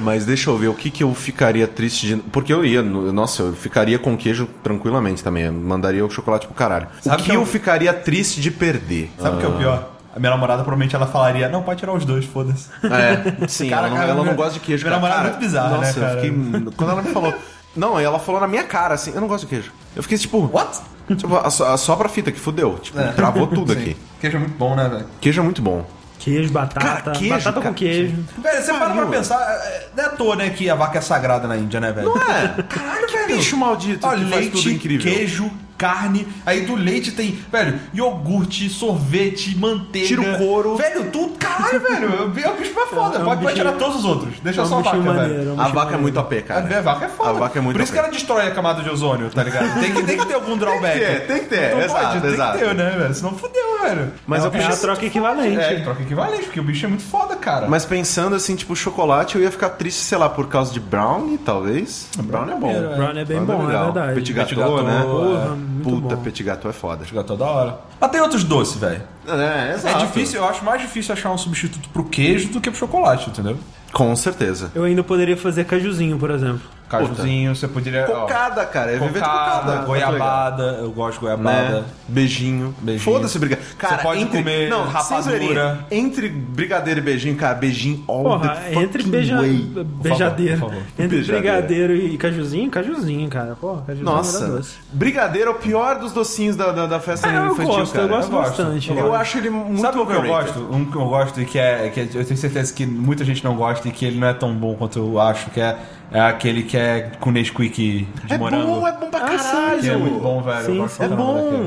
Speaker 1: Mas deixa eu ver o que, que eu ficaria triste de. Porque eu ia. no- Nossa, eu ficaria com queijo tranquilamente também. eu Mandaria o chocolate pro caralho.
Speaker 3: Sabe
Speaker 1: o
Speaker 3: que
Speaker 1: que,
Speaker 3: eu-
Speaker 1: eu ficaria triste de perder?
Speaker 3: Sabe o que é o pior? A minha namorada provavelmente ela falaria: Não, pode tirar os dois, foda-se.
Speaker 1: É, sim,
Speaker 3: Cara,
Speaker 1: ela, não,
Speaker 3: cara,
Speaker 1: ela não
Speaker 3: meu-
Speaker 1: gosta de queijo.
Speaker 3: meu
Speaker 1: cara.
Speaker 3: namorado é
Speaker 1: Cara,
Speaker 3: muito bizarro, né,
Speaker 1: Nossa,
Speaker 3: cara?
Speaker 1: eu fiquei. Quando ela me falou. Não, ela falou na minha cara assim: Eu não gosto de queijo. Eu fiquei tipo. What? Tipo, a, so- a sobra fita que fudeu. Tipo, travou tudo aqui.
Speaker 3: Queijo é muito bom, né, velho?
Speaker 1: Queijo é muito bom.
Speaker 2: Queijo, batata,
Speaker 1: Cara, queijo,
Speaker 2: batata
Speaker 1: cara,
Speaker 2: com queijo.
Speaker 3: Velho, você para pra
Speaker 1: Pariu,
Speaker 3: pensar, é- não é à toa, né, que a vaca é sagrada na Índia, né, velho?
Speaker 1: Não é? Caralho, velho. Bicho maldito.
Speaker 3: Ó,
Speaker 1: que faz tudo
Speaker 3: leite,
Speaker 1: incrível.
Speaker 3: queijo, carne. Aí do leite tem, velho, iogurte, sorvete, manteiga.
Speaker 1: Tira o couro.
Speaker 3: Velho, tudo. Caralho, velho. É o bicho mais foda.
Speaker 2: É
Speaker 3: pode,
Speaker 2: um
Speaker 3: pode
Speaker 2: bichinho-
Speaker 3: tirar todos os outros. Deixa
Speaker 2: é um
Speaker 3: só a vaca,
Speaker 2: bichinho maneiro,
Speaker 3: velho.
Speaker 2: é um
Speaker 1: A
Speaker 2: bichinho
Speaker 1: vaca é
Speaker 2: maneiro.
Speaker 1: muito AP,
Speaker 3: A,
Speaker 1: cara.
Speaker 3: a vaca é foda.
Speaker 1: A vaca é muito
Speaker 3: Por isso que
Speaker 1: AP.
Speaker 3: ela destrói a camada de ozônio, tá ligado? Tem que, tem que ter algum drawback.
Speaker 1: ter, tem que ter,
Speaker 3: Não
Speaker 1: exato,
Speaker 3: pode,
Speaker 1: exato.
Speaker 3: Tem que ter, né, velho? Senão fudeu, velho.
Speaker 1: Mas
Speaker 3: é
Speaker 1: eu
Speaker 3: um
Speaker 2: É a
Speaker 3: bicho-
Speaker 2: troca equivalente.
Speaker 3: É, troca equivalente, porque o bicho é muito foda, cara.
Speaker 1: Mas pensando assim, tipo, chocolate, eu ia ficar triste, sei lá, por causa de brownie, talvez. Brownie é bom.
Speaker 3: maneiro, é.
Speaker 2: Brown é bem
Speaker 1: Brownie
Speaker 2: bom, é
Speaker 1: legal.
Speaker 2: verdade.
Speaker 1: Petit gâteau,
Speaker 3: Petit gâteau,
Speaker 1: né?
Speaker 2: Porra,
Speaker 1: É.
Speaker 2: muito
Speaker 1: Puta,
Speaker 2: bom.
Speaker 1: petit gâteau é foda.
Speaker 3: Jogar toda hora. Mas tem outros doces, velho.
Speaker 1: É,
Speaker 3: É difícil, eu acho mais difícil achar um substituto pro queijo do que pro chocolate, entendeu?
Speaker 1: Com certeza.
Speaker 2: Eu ainda poderia fazer cajuzinho, por exemplo.
Speaker 3: Cajuzinho, você poderia. ó,
Speaker 1: Cocada, cara. É viver de
Speaker 3: cocada,
Speaker 1: cocada.
Speaker 3: goiabada, eu gosto de goiabada.
Speaker 1: Né? Beijinho.
Speaker 3: Beijinho.
Speaker 1: Foda-se brigadeiro. Cara,
Speaker 3: pode
Speaker 1: entre...
Speaker 3: comer
Speaker 1: não, sem
Speaker 3: rapadura.
Speaker 1: zoeirinha. Entre brigadeiro e beijinho, cara, beijinho all
Speaker 2: Porra,
Speaker 1: the
Speaker 2: entre é
Speaker 1: fucking
Speaker 2: beija...
Speaker 1: way.
Speaker 2: beijadeiro.
Speaker 3: por favor.
Speaker 2: Entre
Speaker 1: Beijadeiro.
Speaker 2: brigadeiro e cajuzinho, cajuzinho, cara. Porra, cajuzinho é
Speaker 1: Nossa,
Speaker 2: doce.
Speaker 1: brigadeiro é o pior dos docinhos da, da, da festa
Speaker 2: Ah, eu
Speaker 1: É, infantil,
Speaker 2: gosto,
Speaker 1: cara.
Speaker 2: eu gosto
Speaker 3: eu gosto,
Speaker 2: bastante.
Speaker 3: eu
Speaker 2: cara.
Speaker 1: Eu acho ele muito
Speaker 3: Sabe o que eu
Speaker 1: overrated.
Speaker 3: gosto? Um que eu gosto e que é, que eu tenho certeza que muita gente não gosta e que ele não é tão bom quanto eu acho, que é, é aquele que é com Nesquik de
Speaker 1: É
Speaker 3: morango.
Speaker 1: bom, é bom pra
Speaker 2: Ah,
Speaker 1: caralho.
Speaker 3: Que é muito bom, velho.
Speaker 2: Sim,
Speaker 3: eu gosto
Speaker 2: sim.
Speaker 1: É
Speaker 3: pra caramba
Speaker 1: bom.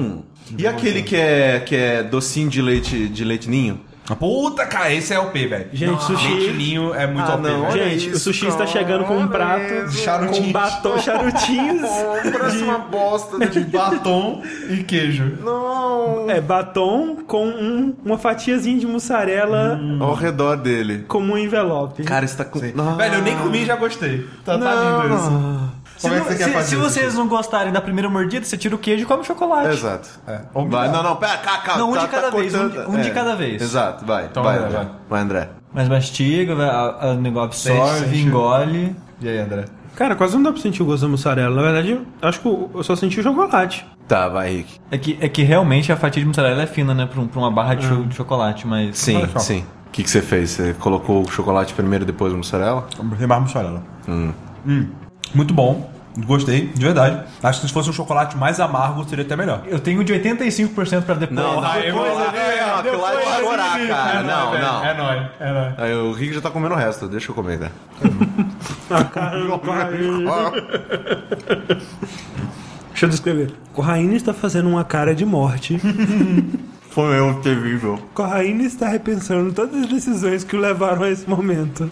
Speaker 3: daquele.
Speaker 1: E aquele que é, que é docinho de leite, de leite ninho?
Speaker 3: Puta, cara, esse é OP, velho.
Speaker 2: Gente, sushi-
Speaker 3: Leitinho é muito
Speaker 1: Ah,
Speaker 3: OP,
Speaker 1: não.
Speaker 3: velho.
Speaker 1: Olha
Speaker 2: Gente,
Speaker 1: isso,
Speaker 2: o sushi está
Speaker 1: cara,
Speaker 2: chegando com um
Speaker 1: olha
Speaker 2: prato
Speaker 1: isso.
Speaker 3: Charutinhos.
Speaker 2: com batom, charutinhos.
Speaker 1: Parece uma bosta.
Speaker 3: De batom e queijo.
Speaker 1: Não.
Speaker 2: é, batom com um- uma fatiazinha de mussarela
Speaker 1: Ao redor dele.
Speaker 2: como um envelope.
Speaker 1: Cara,
Speaker 4: tá
Speaker 1: está com... Não.
Speaker 3: Velho, eu nem comi e já gostei. Tá, tá lindo isso. é
Speaker 4: Se,
Speaker 1: é
Speaker 4: não- se- se
Speaker 3: isso?
Speaker 4: vocês não gostarem da primeira mordida, você tira o queijo e come chocolate.
Speaker 1: Exato.
Speaker 3: Ou
Speaker 1: Vai,
Speaker 3: melhor.
Speaker 1: não, não, pera, cá, cá,
Speaker 4: é. Não, um
Speaker 1: tá-
Speaker 4: de
Speaker 1: tá
Speaker 4: cada vez, um
Speaker 1: cortando.
Speaker 4: de- um de cada vez.
Speaker 1: Exato, vai,
Speaker 3: Então,
Speaker 1: vai,
Speaker 3: André,
Speaker 1: André.
Speaker 3: vai.
Speaker 1: Vai, André.
Speaker 4: Mas mastiga, vai, a- a- o negócio absorve,
Speaker 3: Sente, sente.
Speaker 4: engole.
Speaker 3: E aí, André?
Speaker 2: Cara, quase não dá pra sentir o gosto da mussarela. Na verdade, eu acho que eu eu só senti o chocolate.
Speaker 1: Tá, vai, Rick.
Speaker 4: É que, é que realmente a fatia de mussarela é fina, né? Pra, um- pra uma barra de, cho- de chocolate, mas.
Speaker 1: Hum. Sim,
Speaker 3: Olha só.
Speaker 1: sim. O que, que você fez? Você colocou o chocolate primeiro, depois a mussarela?
Speaker 3: Tem mais mussarela. Hum. Muito bom. Gostei, de verdade. Acho que se fosse um chocolate mais amargo, seria até melhor.
Speaker 4: Eu tenho de 85% pra depois.
Speaker 1: Não,
Speaker 4: Ah,
Speaker 1: aí eu vou lá, não, aquilo lá de chorar,
Speaker 4: É,
Speaker 1: cara. Não, não.
Speaker 3: É nóis, é nóis.
Speaker 1: Aí o Rick já tá comendo o resto, deixa eu comer, né? cara.
Speaker 2: Deixa eu descrever. Corraine está fazendo uma cara de morte.
Speaker 1: Foi um terrível.
Speaker 2: Corraine está repensando todas as decisões que o levaram a esse momento.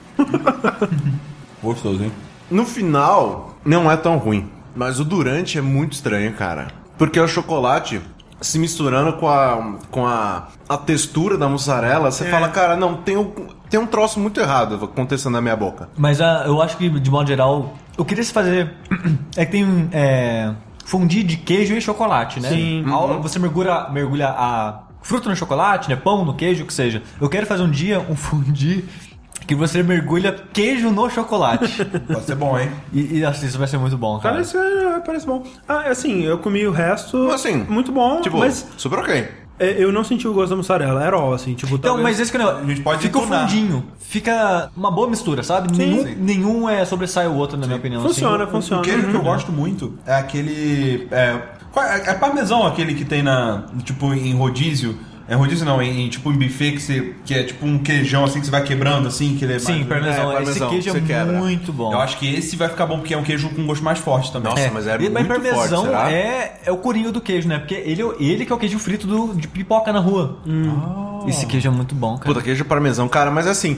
Speaker 3: Gostoso, hein?
Speaker 1: No final, não é tão ruim. Mas o durante é muito estranho, cara. Porque o é chocolate, se misturando com a, com a, a textura da mussarela, você fala, cara, não, tem um, tem um troço muito errado acontecendo na minha boca.
Speaker 4: Mas ah, eu acho que, de modo geral, o que eles fazer é que tem é, fundi de queijo e chocolate, né?
Speaker 2: Sim.
Speaker 4: Ao- Você mergulha, mergulha a fruta no chocolate, né? Pão no queijo, o que seja. Eu quero fazer um dia um fundi que você mergulha queijo no chocolate.
Speaker 3: Pode ser bom, hein?
Speaker 4: e, e assim, isso vai ser muito bom, cara.
Speaker 2: Parece, é, parece bom. Ah, assim, eu comi o resto.
Speaker 1: Mas, assim,
Speaker 2: muito bom,
Speaker 1: Tipo,
Speaker 2: mas
Speaker 1: super ok.
Speaker 2: é, eu não senti o gosto da mussarela. Era all, assim, tipo,
Speaker 4: Então,
Speaker 2: talvez-
Speaker 4: mas esse que não,
Speaker 3: A gente pode
Speaker 4: fica o
Speaker 3: tunar.
Speaker 4: fundinho, fica uma boa mistura, sabe? nenhum, nenhum é sobressai o outro, na minha opinião. assim.
Speaker 2: Funciona,
Speaker 3: O
Speaker 2: funciona.
Speaker 3: queijo que eu
Speaker 2: Uhum.
Speaker 3: gosto muito é aquele. É, qual- é, é parmesão aquele que tem na. Tipo, em rodízio. É rodízio não, em, em, tipo em buffet que, você, que é tipo um queijão assim que você vai quebrando assim, que ele é
Speaker 4: Sim,
Speaker 3: mais-
Speaker 4: parmesão.
Speaker 1: É, parmesão,
Speaker 4: Esse queijo
Speaker 1: você
Speaker 4: é
Speaker 1: quebra.
Speaker 4: muito bom.
Speaker 3: Eu acho que esse vai ficar bom porque é um queijo com gosto mais forte também.
Speaker 1: Nossa,
Speaker 4: É,
Speaker 1: mas é
Speaker 4: e-
Speaker 1: muito forte,
Speaker 4: parmesão
Speaker 1: será?
Speaker 4: É, é o corinho do queijo, né? Porque ele, é o- ele que é o queijo frito do, de pipoca na rua. Esse queijo é muito bom, cara.
Speaker 1: Ah. Puta, queijo parmesão. Cara, mas assim,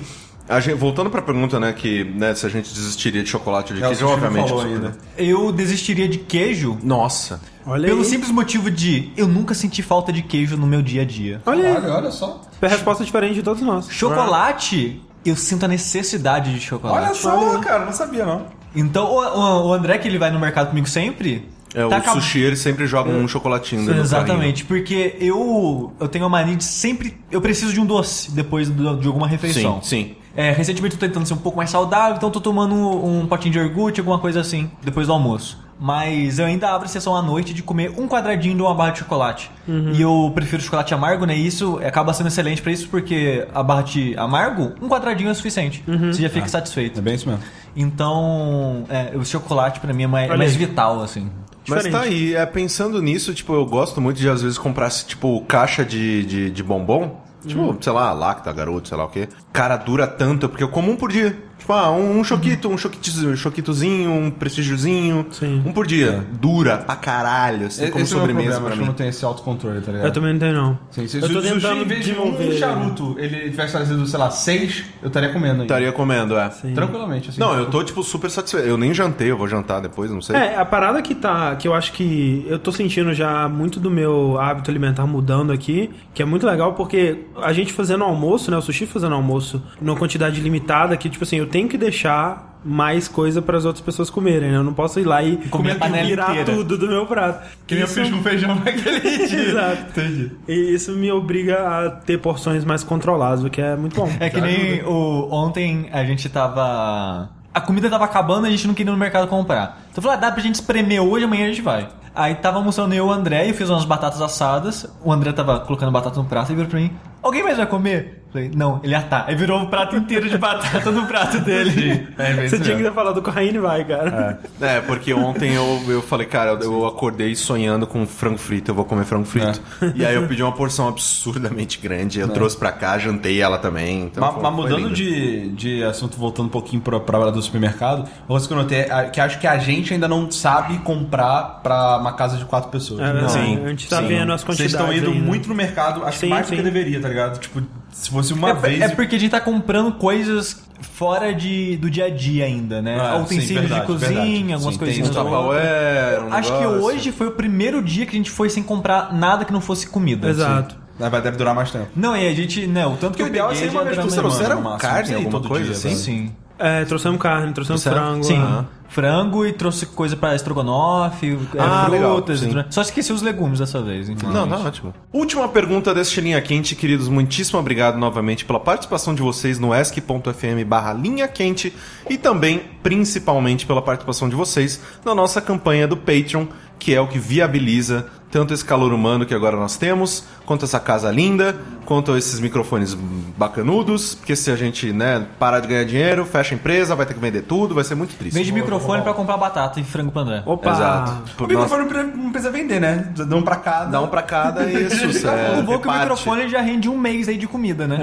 Speaker 1: a gente- voltando pra pergunta, né, que né, se a gente desistiria de chocolate ou de
Speaker 3: É, o
Speaker 1: queijo,
Speaker 3: Sushi não
Speaker 1: obviamente.
Speaker 3: falou ainda.
Speaker 4: Eu desistiria de queijo
Speaker 1: Nossa.
Speaker 2: Olha
Speaker 4: pelo
Speaker 2: aí.
Speaker 4: simples motivo de eu nunca senti falta de queijo no meu dia a dia.
Speaker 2: Olha aí.
Speaker 3: Olha, olha só.
Speaker 2: Foi a resposta diferente de todos nós.
Speaker 4: Chocolate, eu sinto a necessidade de
Speaker 3: Olha
Speaker 4: chocolate.
Speaker 3: só, cara, não sabia não.
Speaker 4: Então, o, o- o André, que ele vai no mercado comigo sempre.
Speaker 1: É,
Speaker 4: tá
Speaker 1: o
Speaker 4: acab-
Speaker 1: sushi, eles sempre jogam um chocolatinho dentro do
Speaker 4: Exatamente, porque eu eu tenho a mania de sempre. Eu preciso de um doce depois do- de alguma refeição.
Speaker 1: Sim, sim.
Speaker 4: É, recentemente eu tô tentando ser um pouco mais saudável, então eu tô tomando um, um potinho de iogurte, alguma coisa assim, depois do almoço. Mas eu ainda abro a sessão à noite de comer um quadradinho de uma barra de chocolate. E eu prefiro chocolate amargo, né? E isso acaba sendo excelente pra isso, porque a barra de amargo, um quadradinho é o suficiente. Você já fica satisfeito.
Speaker 3: Ah, É bem isso mesmo.
Speaker 4: Então, é, o chocolate pra mim é mais,
Speaker 2: Olha
Speaker 4: mais
Speaker 2: aí.
Speaker 4: vital, assim.
Speaker 1: Mas
Speaker 2: Diferente.
Speaker 1: tá aí, é, pensando nisso, tipo, eu gosto muito de às vezes comprar, assim, tipo, caixa de, de, de bombom. Tipo,
Speaker 3: Uhum.
Speaker 1: sei lá, lacta, garoto, sei lá o quê. Cara, dura tanto, porque eu como um por dia. Tipo, ah, um, um choquito, um choquitozinho, um choquitozinho, um prestígiozinho.
Speaker 2: Sim.
Speaker 1: Um por dia. Dura pra caralho, assim,
Speaker 3: Esse
Speaker 1: como
Speaker 3: é o meu
Speaker 1: sobremesa
Speaker 3: problema, acho
Speaker 1: pra
Speaker 3: que eu
Speaker 1: mim.
Speaker 3: não tenho esse autocontrole, tá ligado?
Speaker 2: Eu também não tenho, não.
Speaker 3: Sim, se,
Speaker 2: eu tô
Speaker 3: se o sushi,
Speaker 2: tentando
Speaker 3: em vez de um
Speaker 2: desenvolver.
Speaker 3: charuto, ele tivesse trazido, sei lá, seis, eu estaria comendo aí.
Speaker 1: Estaria comendo, é.
Speaker 3: Tranquilamente, assim.
Speaker 1: Não, eu tô, tipo, super satisfeito. Eu nem jantei, eu vou jantar depois, não sei.
Speaker 2: É, a parada que tá, que eu acho que eu tô sentindo já muito do meu hábito alimentar mudando aqui, que é muito legal porque a gente fazendo almoço, né, o sushi fazendo almoço numa quantidade limitada que tipo assim, eu tenho que deixar mais coisa para as outras pessoas comerem, né? Eu não posso ir lá e
Speaker 4: Comer a panela
Speaker 2: virar
Speaker 4: inteira.
Speaker 2: tudo do meu prato.
Speaker 3: Que nem eu
Speaker 2: Isso-
Speaker 3: fiz com um feijão naquele dia.
Speaker 2: Exato.
Speaker 3: Entendi.
Speaker 2: E isso me obriga a ter porções mais controladas, o que é muito bom.
Speaker 4: É que nem o, ontem a gente tava. A comida tava acabando e a gente não queria ir no mercado comprar. Então eu falei, ah, dá pra gente espremer hoje, amanhã a gente vai. Aí tava almoçando eu e o André, eu fiz umas batatas assadas. O André tava colocando batata no prato e virou pra mim: Alguém mais vai comer? Eu Falei, não, ele já tá. Aí virou o prato inteiro de batata no prato dele.
Speaker 3: É, bem isso
Speaker 2: Você tinha que
Speaker 3: mesmo.
Speaker 2: ter falado com a Raine vai, cara.
Speaker 1: É, porque ontem eu, eu falei, cara, eu, eu acordei sonhando com frango frito, eu vou comer frango frito.
Speaker 4: É.
Speaker 1: E aí eu pedi uma porção absurdamente grande, eu trouxe pra cá, jantei ela também. Então
Speaker 3: Mas,
Speaker 1: foi-
Speaker 3: mas
Speaker 1: foi
Speaker 3: mudando
Speaker 1: lindo.
Speaker 3: de, de assunto, voltando um pouquinho pra, pra hora do supermercado, uma coisa que eu notei é a- que acho que a gente ainda não sabe comprar pra uma casa de quatro pessoas.
Speaker 2: É,
Speaker 3: Não.
Speaker 2: sim, a gente tá vendo as
Speaker 3: Vocês
Speaker 2: quantidades né?
Speaker 3: estão indo
Speaker 2: ainda.
Speaker 3: muito no mercado, acho que
Speaker 2: Sim,
Speaker 3: mais do que
Speaker 2: sim.
Speaker 3: deveria, tá ligado? Tipo, se fosse uma
Speaker 4: é,
Speaker 3: vez.
Speaker 4: é porque a gente tá comprando coisas fora de, do dia a dia ainda, né?
Speaker 3: Ah, sim,
Speaker 4: Utensílios
Speaker 3: verdade,
Speaker 4: de cozinha,
Speaker 3: verdade.
Speaker 4: algumas
Speaker 3: Sim, tem
Speaker 4: coisinhas.
Speaker 1: Um
Speaker 4: da outra.
Speaker 1: tapaué, um
Speaker 4: Acho que
Speaker 1: negócio.
Speaker 4: hoje foi o primeiro dia que a gente foi sem comprar nada que não fosse comida. assim.
Speaker 2: Exato.
Speaker 3: Ah, vai- Deve durar mais tempo.
Speaker 4: Não, e a gente. Não, o tanto
Speaker 3: Porque
Speaker 4: que eu
Speaker 3: o ideal
Speaker 4: peguei
Speaker 3: é ser uma vez
Speaker 4: já
Speaker 3: por
Speaker 4: era uma-
Speaker 1: Trouxeram
Speaker 3: Mano, no máximo,
Speaker 1: carne,
Speaker 3: não sei,
Speaker 1: alguma
Speaker 3: todo
Speaker 1: coisa
Speaker 3: dia,
Speaker 1: assim?
Speaker 3: sabe?
Speaker 4: Sim.
Speaker 2: É, trouxemos carne, trouxemos
Speaker 1: Trouxeram?
Speaker 2: frango.
Speaker 4: Sim.
Speaker 2: ah.
Speaker 4: Frango e trouxe coisa pra estrogonofe, é,
Speaker 1: Ah, legal,
Speaker 4: frutas.
Speaker 1: sim.
Speaker 4: Só esqueci os legumes dessa vez, então.
Speaker 1: Não, tá ótimo. Última pergunta deste Linha Quente, queridos. Muitíssimo obrigado novamente pela participação de vocês no ESC.fm barra Linha Quente e também, principalmente, pela participação de vocês na nossa campanha do Patreon, que é o que viabiliza tanto esse calor humano que agora nós temos, quanto essa casa linda, quanto esses microfones bacanudos, porque se a gente né, parar de ganhar dinheiro, fecha a empresa, vai ter que vender tudo, vai ser muito triste.
Speaker 4: Vez de microfone pra comprar batata e frango pra André.
Speaker 2: Opa!
Speaker 1: Exato.
Speaker 3: O
Speaker 1: Por nós-
Speaker 3: microfone não pre- não precisa vender, né? Dá um pra cada.
Speaker 1: Dá um pra cada e isso. É,
Speaker 4: o bom é que o
Speaker 1: reparte.
Speaker 4: microfone já rende um mês aí de comida, né?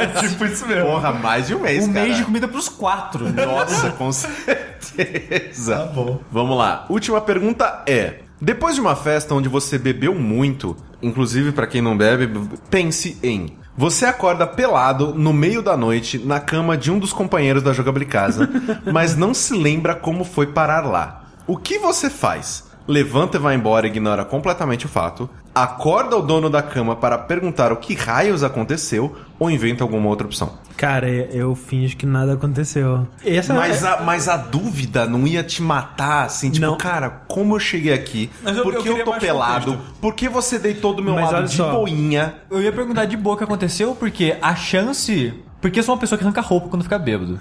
Speaker 3: É tipo isso mesmo.
Speaker 1: Porra, mais de um mês,
Speaker 4: um
Speaker 1: cara.
Speaker 4: mês de comida pros quatro. né?
Speaker 1: Nossa, com certeza.
Speaker 3: Tá bom.
Speaker 1: Vamos lá. Última pergunta é: depois de uma festa onde você bebeu muito, inclusive pra quem não bebe, pense em você acorda pelado no meio da noite na cama de um dos companheiros da Jogabilicasa, mas não se lembra como foi parar lá. O que você faz? levanta e vai embora, ignora completamente o fato, acorda o dono da cama para perguntar o que raios aconteceu ou inventa alguma outra opção.
Speaker 2: Cara, eu finjo que nada aconteceu. Essa
Speaker 1: Mas
Speaker 2: é-
Speaker 1: a, mas a dúvida não ia te matar, assim, tipo,
Speaker 2: Não.
Speaker 1: cara, como eu cheguei aqui?
Speaker 3: Mas eu-
Speaker 1: Por
Speaker 3: eu
Speaker 1: que eu,
Speaker 3: queria
Speaker 1: tô
Speaker 3: mais
Speaker 1: pelado?
Speaker 3: contexto.
Speaker 1: Por que você deitou do meu
Speaker 2: Mas
Speaker 1: lado
Speaker 2: olha
Speaker 1: de
Speaker 2: só.
Speaker 1: boinha?
Speaker 4: Eu ia perguntar de boa o que aconteceu, porque a chance. Porque eu sou uma pessoa que arranca roupa quando fica bêbado.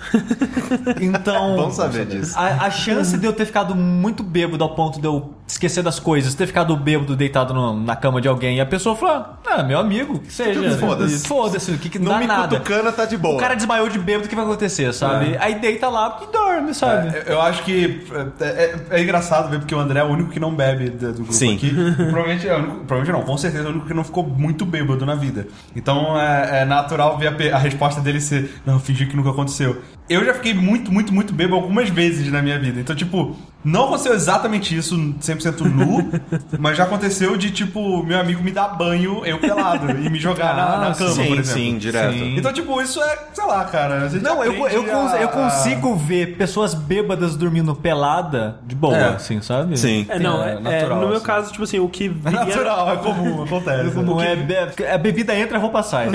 Speaker 4: Então.
Speaker 1: Bom saber disso.
Speaker 4: A, a chance de eu ter ficado muito bêbado ao ponto de eu esquecer das coisas, ter ficado bêbado deitado no- na cama de alguém e a pessoa falar, ah, meu amigo, que seja.
Speaker 1: Foda-se.
Speaker 4: Foda-se, o que que
Speaker 1: Não
Speaker 4: dá
Speaker 1: me
Speaker 4: nada.
Speaker 1: cutucana, tá de boa. É.
Speaker 4: O cara desmaiou de bêbado, o que vai acontecer, sabe? Aí deita lá e dorme, sabe?
Speaker 3: Eu- Eu acho que é, é- é engraçado ver porque o André é o único que não bebe do, do grupo
Speaker 1: Sim.
Speaker 3: aqui. Provavelmente, é o único, provavelmente não, com certeza é o único que não ficou muito bêbado na vida. Então é, é natural ver a, pe- a resposta dele ser: não, fingir que nunca aconteceu. Eu já fiquei muito, muito, muito bêbado algumas vezes na minha vida. Então, tipo, não aconteceu exatamente isso 100% nu, mas já aconteceu de, tipo, meu amigo me dar banho, eu pelado, e me jogar na- na,
Speaker 4: Ah,
Speaker 3: cama, por
Speaker 1: sim,
Speaker 3: exemplo.
Speaker 1: sim, direto.
Speaker 4: Sim.
Speaker 3: Então, tipo, isso é, sei lá, cara. a gente
Speaker 4: Não, eu,
Speaker 3: aprende
Speaker 4: eu, cons-
Speaker 3: a-
Speaker 4: eu consigo ver pessoas bêbadas dormindo pelada de boa,
Speaker 3: É.
Speaker 4: assim, sabe?
Speaker 1: Sim.
Speaker 2: É, não,
Speaker 4: É,
Speaker 2: é, é,
Speaker 4: natural,
Speaker 2: no meu
Speaker 4: assim.
Speaker 2: caso, tipo assim, o que
Speaker 3: É
Speaker 2: viria...
Speaker 3: natural, é comum, acontece.
Speaker 4: Não é, be- a bebida entra, a roupa sai.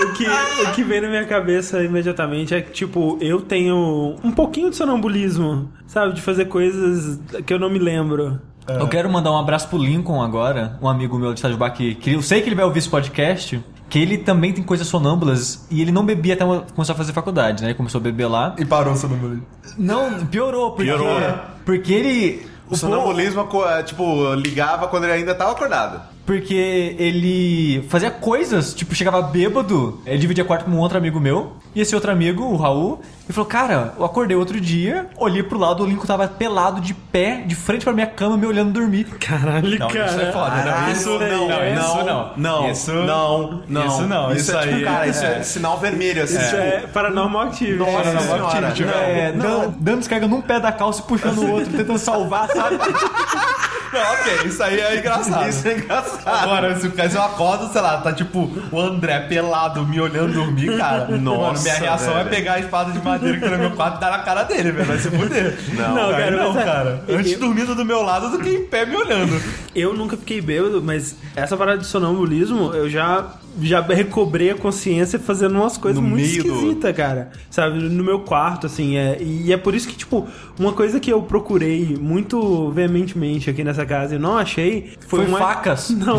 Speaker 2: O que, o que vem na minha cabeça imediatamente é que, tipo, eu tenho um pouquinho de sonambulismo, sabe? De fazer coisas que eu não me lembro.
Speaker 4: Eu quero mandar um abraço pro Lincoln agora, um amigo meu de Sajubá que, que eu sei que ele vai ouvir esse podcast, que ele também tem coisas sonâmbulas e ele não bebia até uma- começar a fazer faculdade, né? Ele começou a beber lá.
Speaker 3: E parou o sonambulismo.
Speaker 4: Não, piorou, é. porque,
Speaker 1: Piorou.
Speaker 4: porque ele.
Speaker 1: O sonambulismo, co- é, tipo, ligava quando ele ainda tava acordado.
Speaker 4: Porque ele fazia coisas, tipo, chegava bêbado, ele dividia quarto com um outro amigo meu, e esse outro amigo, o Raul, ele falou: Cara, eu acordei outro dia, olhei pro lado, o Lincoln tava pelado de pé, de frente pra minha cama, me olhando dormir.
Speaker 2: Caralho,
Speaker 3: Não,
Speaker 2: cara. ah, é
Speaker 3: isso é foda. não,
Speaker 1: Caralho,
Speaker 3: isso é
Speaker 2: não,
Speaker 3: isso
Speaker 1: não,
Speaker 3: não.
Speaker 1: não,
Speaker 3: Isso-
Speaker 1: não, não.
Speaker 3: isso não, isso
Speaker 1: é, tipo,
Speaker 3: aí é-
Speaker 1: cara, isso é,
Speaker 3: é.
Speaker 1: sinal vermelho, assim.
Speaker 2: Isso é, paranormal activity.
Speaker 1: Nossa
Speaker 3: Não, não, não,
Speaker 1: senhora.
Speaker 3: activity,
Speaker 1: Não,
Speaker 4: É, dan- dando descarga num pé da calça e puxando o outro, tentando salvar, sabe?
Speaker 3: Não, ok, isso aí é engraçado.
Speaker 1: Isso é engraçado.
Speaker 3: Agora, se o caso eu acordo, sei lá, tá tipo o André pelado me olhando dormir, cara.
Speaker 1: Nossa,
Speaker 3: Mano, minha reação
Speaker 1: velho.
Speaker 3: é pegar a espada de madeira que tá no meu quarto e dar na cara dele, velho. Vai se fuder.
Speaker 1: Não,
Speaker 3: Aí
Speaker 2: cara,
Speaker 3: não,
Speaker 2: mas é-
Speaker 3: cara.
Speaker 2: eu-
Speaker 3: Antes dormindo do meu lado do que em pé me olhando.
Speaker 2: Eu nunca fiquei bêbado, mas essa parada de sonambulismo, eu já, já recobrei a consciência fazendo umas coisas
Speaker 1: No
Speaker 2: muito
Speaker 1: meio do-
Speaker 2: esquisitas, cara. Sabe, no meu quarto, assim. É, e é por isso que, tipo, uma coisa que eu procurei muito veementemente aqui nessa casa e não achei...
Speaker 4: Foi
Speaker 2: uma-
Speaker 4: facas?
Speaker 2: um Não,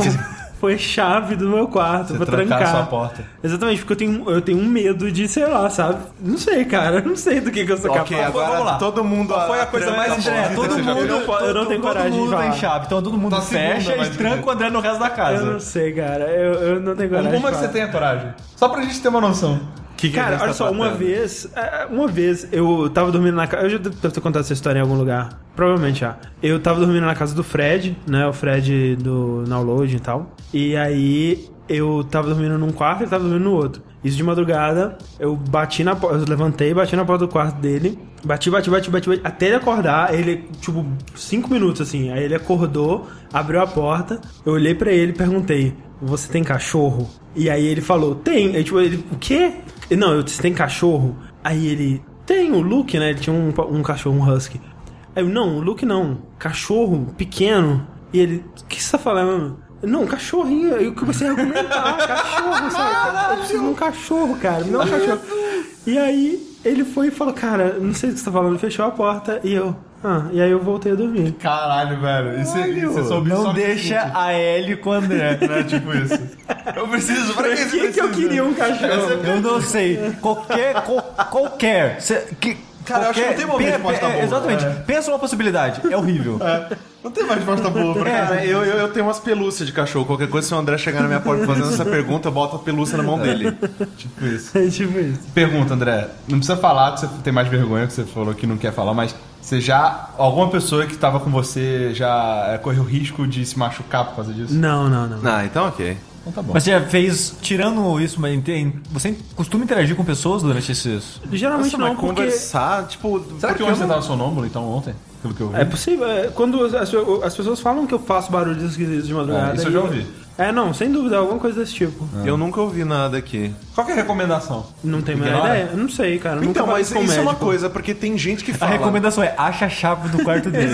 Speaker 2: foi chave do meu quarto pra
Speaker 3: trancaram
Speaker 2: trancar.
Speaker 3: sua porta.
Speaker 2: Exatamente, porque eu tenho, eu tenho um medo de, sei lá, sabe? Não sei, cara. Não sei do que, que eu sou
Speaker 1: Ok,
Speaker 2: capaz.
Speaker 1: agora
Speaker 4: vamos lá.
Speaker 1: todo mundo... tá
Speaker 3: Qual foi a coisa
Speaker 1: tranca
Speaker 3: mais
Speaker 1: porta.
Speaker 3: estranha?
Speaker 4: todo
Speaker 3: Você já
Speaker 4: mundo,
Speaker 3: viu?
Speaker 2: Eu não tenho
Speaker 4: todo
Speaker 2: coragem de
Speaker 4: mundo
Speaker 2: falar.
Speaker 4: tem chave, então todo mundo
Speaker 3: Tá segunda,
Speaker 4: fecha
Speaker 3: mas-
Speaker 4: e tranca o André no resto da
Speaker 2: Eu
Speaker 4: casa.
Speaker 2: não sei, cara. Eu, eu não tenho coragem.
Speaker 3: Como é
Speaker 2: de
Speaker 3: que você
Speaker 2: falar.
Speaker 3: tem a coragem? Só pra gente ter uma noção.
Speaker 1: Que é que
Speaker 2: Cara,
Speaker 1: ele
Speaker 2: olha
Speaker 1: está
Speaker 2: só, uma
Speaker 1: tratando?
Speaker 2: vez, é, uma vez eu tava dormindo na casa. Eu já devo ter contado essa história em algum lugar. Provavelmente já. Eu tava dormindo na casa do Fred, né? O Fred do download e tal. E aí eu tava dormindo num quarto e ele tava dormindo no outro. Isso de madrugada, eu bati na porta, eu levantei, bati na porta do quarto dele, bati, bati, bati, bati, bati, até ele acordar, ele, tipo, cinco minutos assim. Aí ele acordou, abriu a porta, eu olhei pra ele e perguntei: Você tem cachorro? E aí ele falou: Tem. Aí, tipo, ele, o quê? E, Não, eu disse: Tem cachorro? Aí ele: Tem, o Luke, né? Ele tinha um, pa- um cachorro, um husky. Aí eu: Não, o Luke não. Cachorro pequeno. E ele: O que você tá falando? Eu, Não, cachorrinho. Aí Eu comecei a argumentar: "Ah, Cachorro, sabe? Eu preciso de um cachorro, cara. Não, um cachorro. E aí ele foi e falou: Cara, não sei o que você tá falando. Fechou a porta e eu. Ah, e aí eu voltei a dormir.
Speaker 3: Caralho, velho. E você- e você soube só
Speaker 4: Não
Speaker 3: no
Speaker 4: deixa É a L com o André.
Speaker 3: Não é tipo isso. Eu preciso, é pra que
Speaker 2: Pra
Speaker 3: isso
Speaker 2: que, que eu
Speaker 3: precisa?
Speaker 2: queria um cachorro?
Speaker 4: Eu não sei. Qualquer. qual- qualquer. Cê- que,
Speaker 3: Cara, eu acho que não
Speaker 4: qualquer-
Speaker 3: tem uma
Speaker 4: pe-
Speaker 3: resposta
Speaker 1: tá
Speaker 4: pe- é,
Speaker 3: boa.
Speaker 4: Exatamente.
Speaker 3: É.
Speaker 4: Pensa uma possibilidade. É horrível.
Speaker 3: Não tem mais resposta boa pra cá.
Speaker 1: Cara, eu, eu, eu tenho umas pelúcias de cachorro. Qualquer coisa, se o André chegar na minha porta fazendo essa pergunta, eu boto a pelúcia na mão dele.
Speaker 3: Tipo isso.
Speaker 2: É tipo isso.
Speaker 3: Pergunta, André. Não precisa falar que você tem mais vergonha que você falou que não quer falar, mas você já. Alguma pessoa que tava com você já é, correu risco de se machucar por causa disso?
Speaker 2: Não, não, não.
Speaker 1: Ah, então ok.
Speaker 3: Então tá bom.
Speaker 4: Mas você já fez. Tirando isso, mas tem- você costuma interagir com pessoas durante esses.
Speaker 2: Geralmente
Speaker 1: Nossa,
Speaker 2: não,
Speaker 1: mas
Speaker 2: porque...
Speaker 1: conversar, tipo...
Speaker 3: Será que
Speaker 1: porque eu
Speaker 3: ontem você
Speaker 1: não-
Speaker 3: tava sonâmbulo, então, ontem? Pelo que eu vi.
Speaker 2: É possível. é, Quando as, as pessoas falam que eu faço barulhos esquisitos de madrugada...
Speaker 3: É, isso eu já
Speaker 2: e
Speaker 3: ouvi.
Speaker 2: É, não, sem dúvida, alguma coisa desse tipo.
Speaker 1: Eu nunca ouvi nada aqui.
Speaker 3: Qual que é a recomendação?
Speaker 2: Não tem mais
Speaker 3: Ignora?
Speaker 2: ideia. Eu Não sei, cara. eu nunca
Speaker 1: então,
Speaker 2: falei
Speaker 1: mas
Speaker 2: com
Speaker 1: isso é uma
Speaker 2: médico.
Speaker 1: coisa, porque tem gente que
Speaker 4: A
Speaker 1: fala.
Speaker 4: recomendação é acha a chave do quarto dele.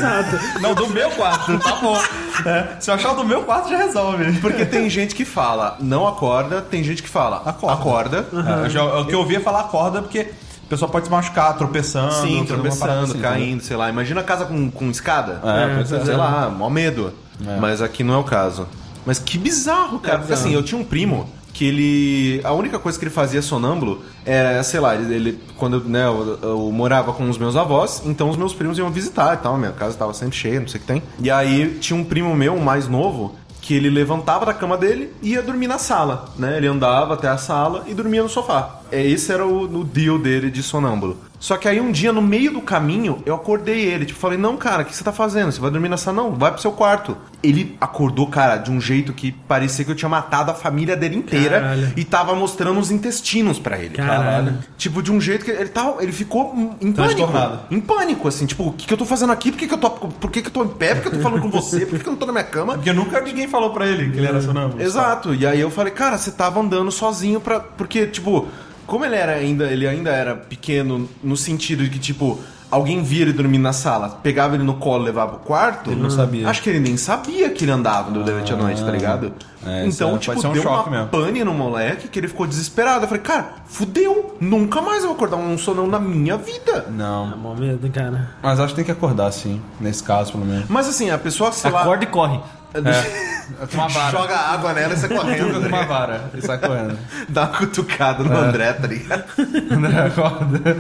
Speaker 3: Não, do meu quarto, tá bom. É, se eu achar o do meu quarto, já resolve.
Speaker 1: Porque tem gente que fala, não acorda, tem gente que fala, acorda.
Speaker 3: É, eu já- o que eu ouvi é falar corda, porque a pessoa pode se machucar tropeçando.
Speaker 1: Sim,
Speaker 3: fazer uma parada
Speaker 1: tropeçando,
Speaker 3: assim,
Speaker 1: caindo, sei lá. Imagina a casa com, com escada.
Speaker 3: É, pois é.
Speaker 1: sei lá, mó medo. Mas aqui não é o caso. Mas que bizarro,
Speaker 3: É,
Speaker 1: cara. Porque assim, eu tinha um primo que ele. A única coisa que ele fazia sonâmbulo era, sei lá, ele. ele- quando eu, né, eu, eu morava com os meus avós, então os meus primos iam visitar e tal. Minha casa tava sempre cheia, não sei o que tem. E aí tinha um primo meu, um mais novo. Que ele levantava da cama dele e ia dormir na sala, né? Ele andava até a sala e dormia no sofá. É, Esse era o, o deal dele de sonâmbulo. Só que aí um dia, no meio do caminho, eu acordei ele. Tipo, falei, não, cara, o que você tá fazendo? Você vai dormir nessa? Não, vai pro seu quarto. Ele acordou, cara, de um jeito que parecia que eu tinha matado a família dele inteira
Speaker 2: Caralho.
Speaker 1: e tava mostrando os intestinos pra ele.
Speaker 2: Caralho.
Speaker 1: Tipo, de um jeito que ele tava, ele ficou em pânico.
Speaker 3: Transtornado.
Speaker 1: Em pânico, assim, tipo, o que, que eu tô fazendo aqui? Por que, que eu tô. Por que, que eu tô em pé? Por que eu tô falando com você? Por que, que eu não tô na minha cama?
Speaker 3: Porque nunca ninguém falou pra ele que ele era sonâmbulo.
Speaker 1: Exato. E aí eu falei, cara, você tava andando sozinho pra. Porque, tipo, como ele era ainda, ele ainda era pequeno no sentido de que, tipo, alguém via ele dormir na sala, pegava ele no colo e levava pro quarto. Ele
Speaker 3: não sabia.
Speaker 1: Acho que ele nem sabia que ele andava no- durante a noite, tá ligado?
Speaker 3: É, isso
Speaker 1: então,
Speaker 3: é-
Speaker 1: tipo,
Speaker 3: pode ser um
Speaker 1: deu
Speaker 3: choque
Speaker 1: uma
Speaker 3: mesmo.
Speaker 1: pane no moleque que ele ficou desesperado. Eu falei, cara, fudeu! Nunca mais eu vou acordar um sonão na minha vida.
Speaker 2: É
Speaker 3: Não.
Speaker 2: mó medo, cara.
Speaker 3: Mas acho que tem que acordar, sim. Nesse caso, pelo menos.
Speaker 1: Mas assim, a pessoa, sei lá.
Speaker 4: Acorda e corre.
Speaker 3: É, Uma
Speaker 1: Joga água nela e sai correndo. tá
Speaker 3: uma É.
Speaker 1: ligado?
Speaker 3: vara e sai correndo.
Speaker 1: Dá uma cutucada no André, tá ligado?
Speaker 3: André acorda,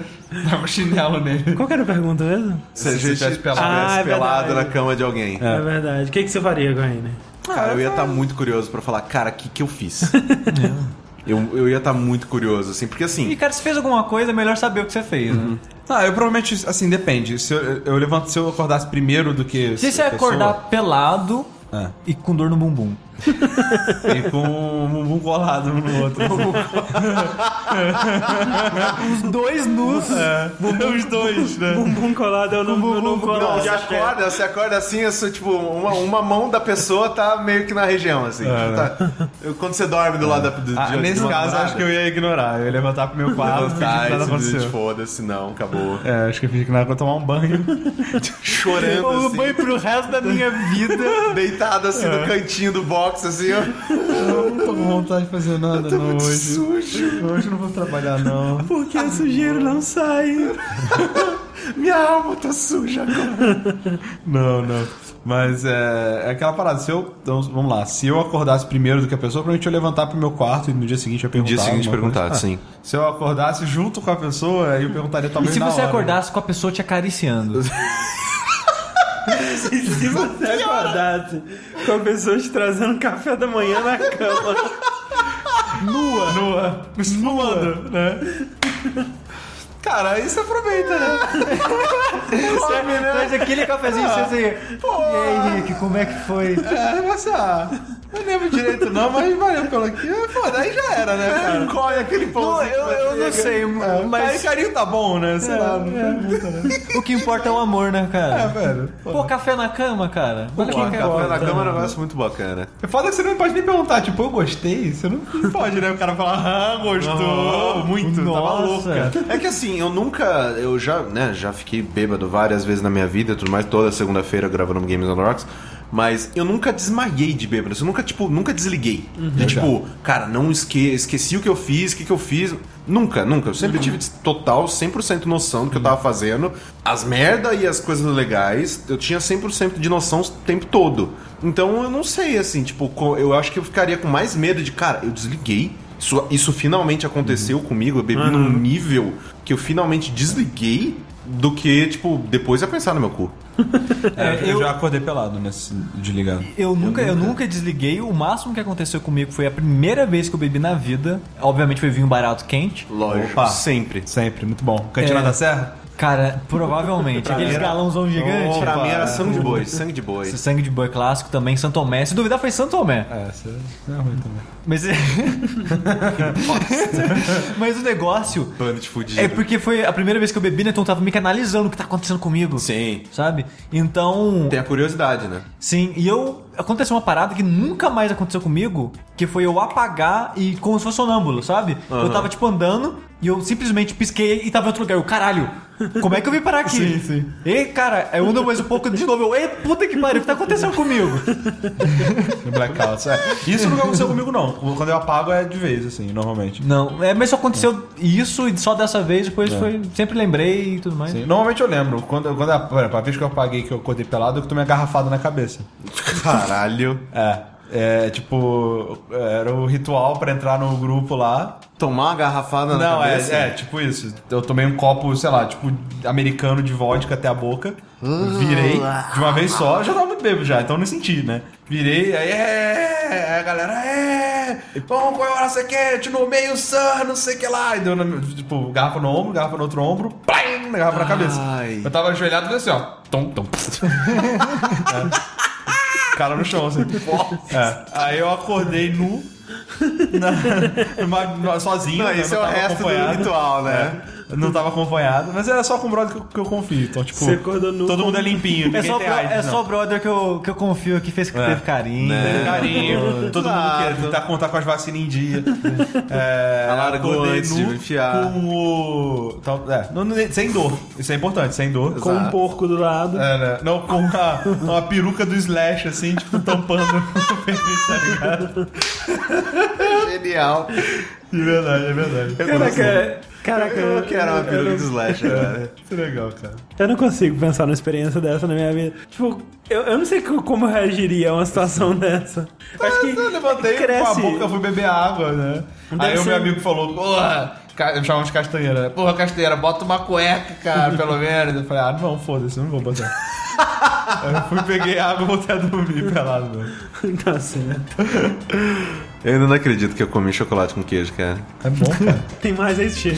Speaker 3: dá um chinelo nele.
Speaker 2: Qual que era a pergunta mesmo?
Speaker 1: Se a
Speaker 3: Se
Speaker 1: gente
Speaker 3: tivesse
Speaker 1: tivesse pelado,
Speaker 3: pelado.
Speaker 2: Ah, é
Speaker 1: na
Speaker 2: verdade.
Speaker 1: cama de alguém.
Speaker 2: É, verdade. O que, que você faria com a Aine?
Speaker 3: Ah,
Speaker 1: Cara, eu ia estar muito curioso pra falar, cara, o que, que eu fiz?
Speaker 3: É.
Speaker 1: eu, eu ia estar muito curioso, assim, porque
Speaker 4: E,
Speaker 1: assim.
Speaker 4: cara, se fez alguma coisa, é melhor saber o que você fez, né?
Speaker 3: Ah, eu provavelmente, assim, depende. Se eu, eu levanto, se eu acordasse primeiro do que.
Speaker 4: Se você
Speaker 3: a pessoa-
Speaker 4: acordar pelado
Speaker 3: É.
Speaker 4: e com dor no bumbum.
Speaker 3: E com um bumbum colado um no outro.
Speaker 4: Os dois nus.
Speaker 3: É. Os dois, né?
Speaker 2: Bumbum colado é o nome do não
Speaker 1: Não,
Speaker 2: colado.
Speaker 1: já acorda, você acorda assim, assim, tipo, uma, uma mão da pessoa tá meio que na região, assim.
Speaker 3: É,
Speaker 1: tipo, tá- eu- quando você dorme do lado da, do,
Speaker 3: Ah,
Speaker 1: de- de
Speaker 3: nesse
Speaker 1: uma
Speaker 3: caso,
Speaker 1: namorada,
Speaker 3: acho que eu ia ignorar. Eu ia levantar pro meu quarto, fingir que
Speaker 1: levantar
Speaker 3: nada
Speaker 1: e
Speaker 3: aconteceu.
Speaker 1: simplesmente foda-se, não, acabou.
Speaker 3: É, acho que eu fingi que nada aconteceu. Tomar um banho.
Speaker 1: Chorando, assim,
Speaker 4: pro resto da minha vida.
Speaker 1: deitado assim
Speaker 3: É.
Speaker 1: no cantinho do box, assim, ó.
Speaker 3: Eu não tô com vontade de fazer nada não,
Speaker 1: Muito
Speaker 3: hoje.
Speaker 1: sujo.
Speaker 3: Hoje eu não vou trabalhar, não.
Speaker 2: Porque a sujeira não sai.
Speaker 1: Minha alma tá suja agora.
Speaker 3: Não, não. Mas é, é aquela parada. Se eu, então, vamos lá. Se eu acordasse primeiro do que a pessoa, provavelmente eu ia levantar pro meu quarto e no dia seguinte eu ia perguntar.
Speaker 1: dia seguinte
Speaker 3: alguma coisa. assim.
Speaker 1: perguntar, assim, sim.
Speaker 3: Se eu acordasse junto com a pessoa, aí eu perguntaria
Speaker 4: E
Speaker 3: talvez
Speaker 4: se
Speaker 3: na
Speaker 4: você
Speaker 3: hora. né?
Speaker 4: acordasse com a pessoa te acariciando?
Speaker 2: Se você acordasse com a pessoa te trazendo café da manhã na cama.
Speaker 3: Nua. Nua. Esfumando, né? Cara, aí você aproveita, né?
Speaker 4: Traz aquele cafezinho e você assim. E aí, Henrique, como é que foi?
Speaker 3: É, você, ah, não lembro direito não, mas valeu pelo aqui. Ah, Foda, aí já era, né, cara? Encolhe aquele
Speaker 4: Não, eu, eu não sei,
Speaker 3: né? É, Mas...
Speaker 4: mas
Speaker 3: Carinho tá bom, né? Sei lá, não pergunta, né?
Speaker 4: o que importa é o amor, né,
Speaker 3: É,
Speaker 4: cara?
Speaker 3: velho.
Speaker 4: Pô, café na cama, cara. Olha
Speaker 1: Pô,
Speaker 4: quem quer.
Speaker 1: café na
Speaker 3: né?
Speaker 1: cama é um negócio muito bacana.
Speaker 3: É foda que você não pode nem perguntar, tipo, eu gostei? Você não não pode, né? O cara fala, ah, gostou, muito, tá
Speaker 4: nossa.
Speaker 3: maluco, cara.
Speaker 1: É que assim, eu nunca. Eu já, né, já fiquei bêbado várias vezes na minha vida e tudo mais, toda segunda-feira gravando Games on the Rocks. Mas eu nunca desmaiei de bêbado. Eu nunca, tipo, nunca desliguei. De, tipo, cara, não esque esqueci o que eu fiz, o que, que eu fiz. Nunca, nunca. Eu sempre tive total, 100% noção do que eu tava fazendo. As merda e as coisas legais, eu tinha 100% de noção o tempo todo. Então eu não sei, assim, tipo, co- eu acho que eu ficaria com mais medo de, cara, eu desliguei. Isso, isso finalmente aconteceu
Speaker 3: Uhum.
Speaker 1: comigo, eu bebi num nível que eu finalmente desliguei do que, tipo, depois ia pensar no meu cu.
Speaker 4: É, eu-
Speaker 3: acordei pelado nesse de ligado.
Speaker 4: Eu nunca, eu nunca desliguei. O máximo que aconteceu comigo foi a primeira vez que eu bebi na vida. Obviamente foi vinho barato quente.
Speaker 1: Lógico.
Speaker 3: Opa.
Speaker 1: Sempre.
Speaker 3: Sempre, muito bom. Cantina
Speaker 4: É.
Speaker 3: da Serra?
Speaker 4: Cara, provavelmente. Aqueles galãozão gigante.
Speaker 1: Pra
Speaker 3: Opa.
Speaker 1: mim era sangue de boi, sangue de boi.
Speaker 4: Esse sangue de boi clássico também, Santo Tomé. Se duvidar, foi Santo Tomé.
Speaker 3: É, você é ruim também.
Speaker 4: Mas. Mas o negócio
Speaker 1: Bando de fudido.
Speaker 4: é porque foi a primeira vez que eu bebi, né? Então eu tava me canalizando o que tá acontecendo comigo.
Speaker 1: Sim.
Speaker 4: Sabe? Então.
Speaker 1: Tem a curiosidade, né?
Speaker 4: Sim, e eu aconteceu uma parada que nunca mais aconteceu comigo, que foi eu apagar e como se fosse um sonâmbulo, sabe? Eu tava, tipo, andando e eu simplesmente pisquei e tava em outro lugar. Eu, caralho, como é que eu vim parar aqui?
Speaker 3: Sim, sim.
Speaker 4: E, cara, eu ando mais um pouco de novo. Eu, ei, puta que pariu, o que tá acontecendo comigo?
Speaker 3: No blackout, é. Isso nunca aconteceu comigo, não. Quando eu apago é de vez, assim, normalmente.
Speaker 4: Não, é, mas só aconteceu isso e só dessa vez, depois foi. Sempre lembrei e tudo mais.
Speaker 3: Sim, Normalmente eu lembro. Quando, quando a, por exemplo, a vez que eu apaguei que eu acordei pelado, eu tomei uma garrafada na cabeça.
Speaker 1: Caralho.
Speaker 3: É. É, tipo, era o ritual pra entrar no grupo lá.
Speaker 1: Tomar uma garrafada na
Speaker 3: Não, é,
Speaker 1: cabeça.
Speaker 3: é, tipo isso. Eu tomei um copo, sei lá, tipo, americano de vodka até a boca. Virei
Speaker 1: Hum.
Speaker 3: de uma vez só. Eu já tava muito bêbado já, então eu não senti, né? Virei, aí, é, aí a galera, é, bom, qual hora você quer? Te meio san, não sei o que lá. E deu, na- tipo, garrafa no ombro, garrafa no outro ombro, plim, garrafa na cabeça.
Speaker 1: Ai.
Speaker 3: Eu tava ajoelhado e assim, ó, tom, tom. É. Cara no chão, assim. É. Aí eu acordei nu. na- numa- numa- sozinho.
Speaker 1: Não,
Speaker 3: né?
Speaker 1: esse é
Speaker 3: Não
Speaker 1: o
Speaker 3: tava
Speaker 1: resto do
Speaker 3: acompanhado.
Speaker 1: ritual, né?
Speaker 3: Eu Não tava acompanhado, mas era só com o brother que eu, que eu confio. Então, tipo,
Speaker 2: Você acordou nu
Speaker 3: todo
Speaker 2: com-
Speaker 3: mundo é limpinho, ninguém
Speaker 4: É só,
Speaker 3: tem
Speaker 4: bro-
Speaker 3: AIDS,
Speaker 4: é
Speaker 3: não.
Speaker 4: só o brother que eu, que eu confio que fez que teve carinho.
Speaker 3: Teve carinho, todo mundo
Speaker 1: Exato.
Speaker 3: quer tentar contar com as vacinas em dia. É,
Speaker 1: Ela largou
Speaker 3: acordei
Speaker 1: antes de
Speaker 3: nu
Speaker 1: enfiar.
Speaker 3: Com o. tal- é, não- não- sem dor. Isso é importante, sem dor.
Speaker 2: Com um
Speaker 1: Exato.
Speaker 2: porco do lado.
Speaker 3: É, né? Não, com uma, uma peruca do Slash, assim, tipo, tampando o peito, tá ligado? É.
Speaker 1: Genial.
Speaker 3: De verdade, é verdade.
Speaker 2: Caraca, caraca,
Speaker 1: Eu quero uma peruca
Speaker 2: eu-
Speaker 1: de slash
Speaker 3: É.
Speaker 1: agora.
Speaker 3: Muito legal, cara.
Speaker 2: Eu não consigo pensar numa experiência dessa na minha vida. Tipo, eu, eu não sei co- como eu reagiria a uma situação dessa. Eu acho que
Speaker 3: eu levantei
Speaker 2: cresce.
Speaker 3: com a boca, fui beber água, né? Aí
Speaker 2: Deve
Speaker 3: o meu
Speaker 2: ser-
Speaker 3: amigo falou, porra, ca- eu chamava de castanheira, né? Porra, castanheira, bota uma cueca, cara, pelo menos. Eu falei, ah, não, foda-se, eu não vou botar. Aí eu fui, peguei água e voltei a dormir pelado, mano.
Speaker 2: Tá certo.
Speaker 1: Eu ainda não acredito que eu comi chocolate com queijo, cara.
Speaker 3: É bom, cara.
Speaker 2: Tem mais aí, Chico.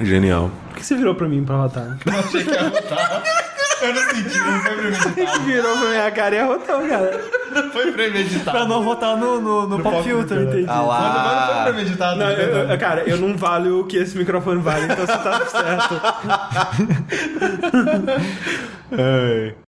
Speaker 1: Genial.
Speaker 2: Por que você virou pra mim pra rotar?
Speaker 3: Eu não senti, não foi premeditado.
Speaker 2: virou pra minha cara e arrotou, cara.
Speaker 3: Não foi premeditado.
Speaker 4: Pra não votar no, no, no pop
Speaker 3: pop
Speaker 4: filter.
Speaker 3: filter,
Speaker 2: Entendi.
Speaker 1: Ah
Speaker 3: Mas não- mas não foi
Speaker 1: lá.
Speaker 3: premeditado,
Speaker 2: Não,
Speaker 3: de
Speaker 2: eu-
Speaker 3: verdade.
Speaker 2: eu- cara, eu não valho o que esse microfone vale, então você tá certo.
Speaker 3: Ai.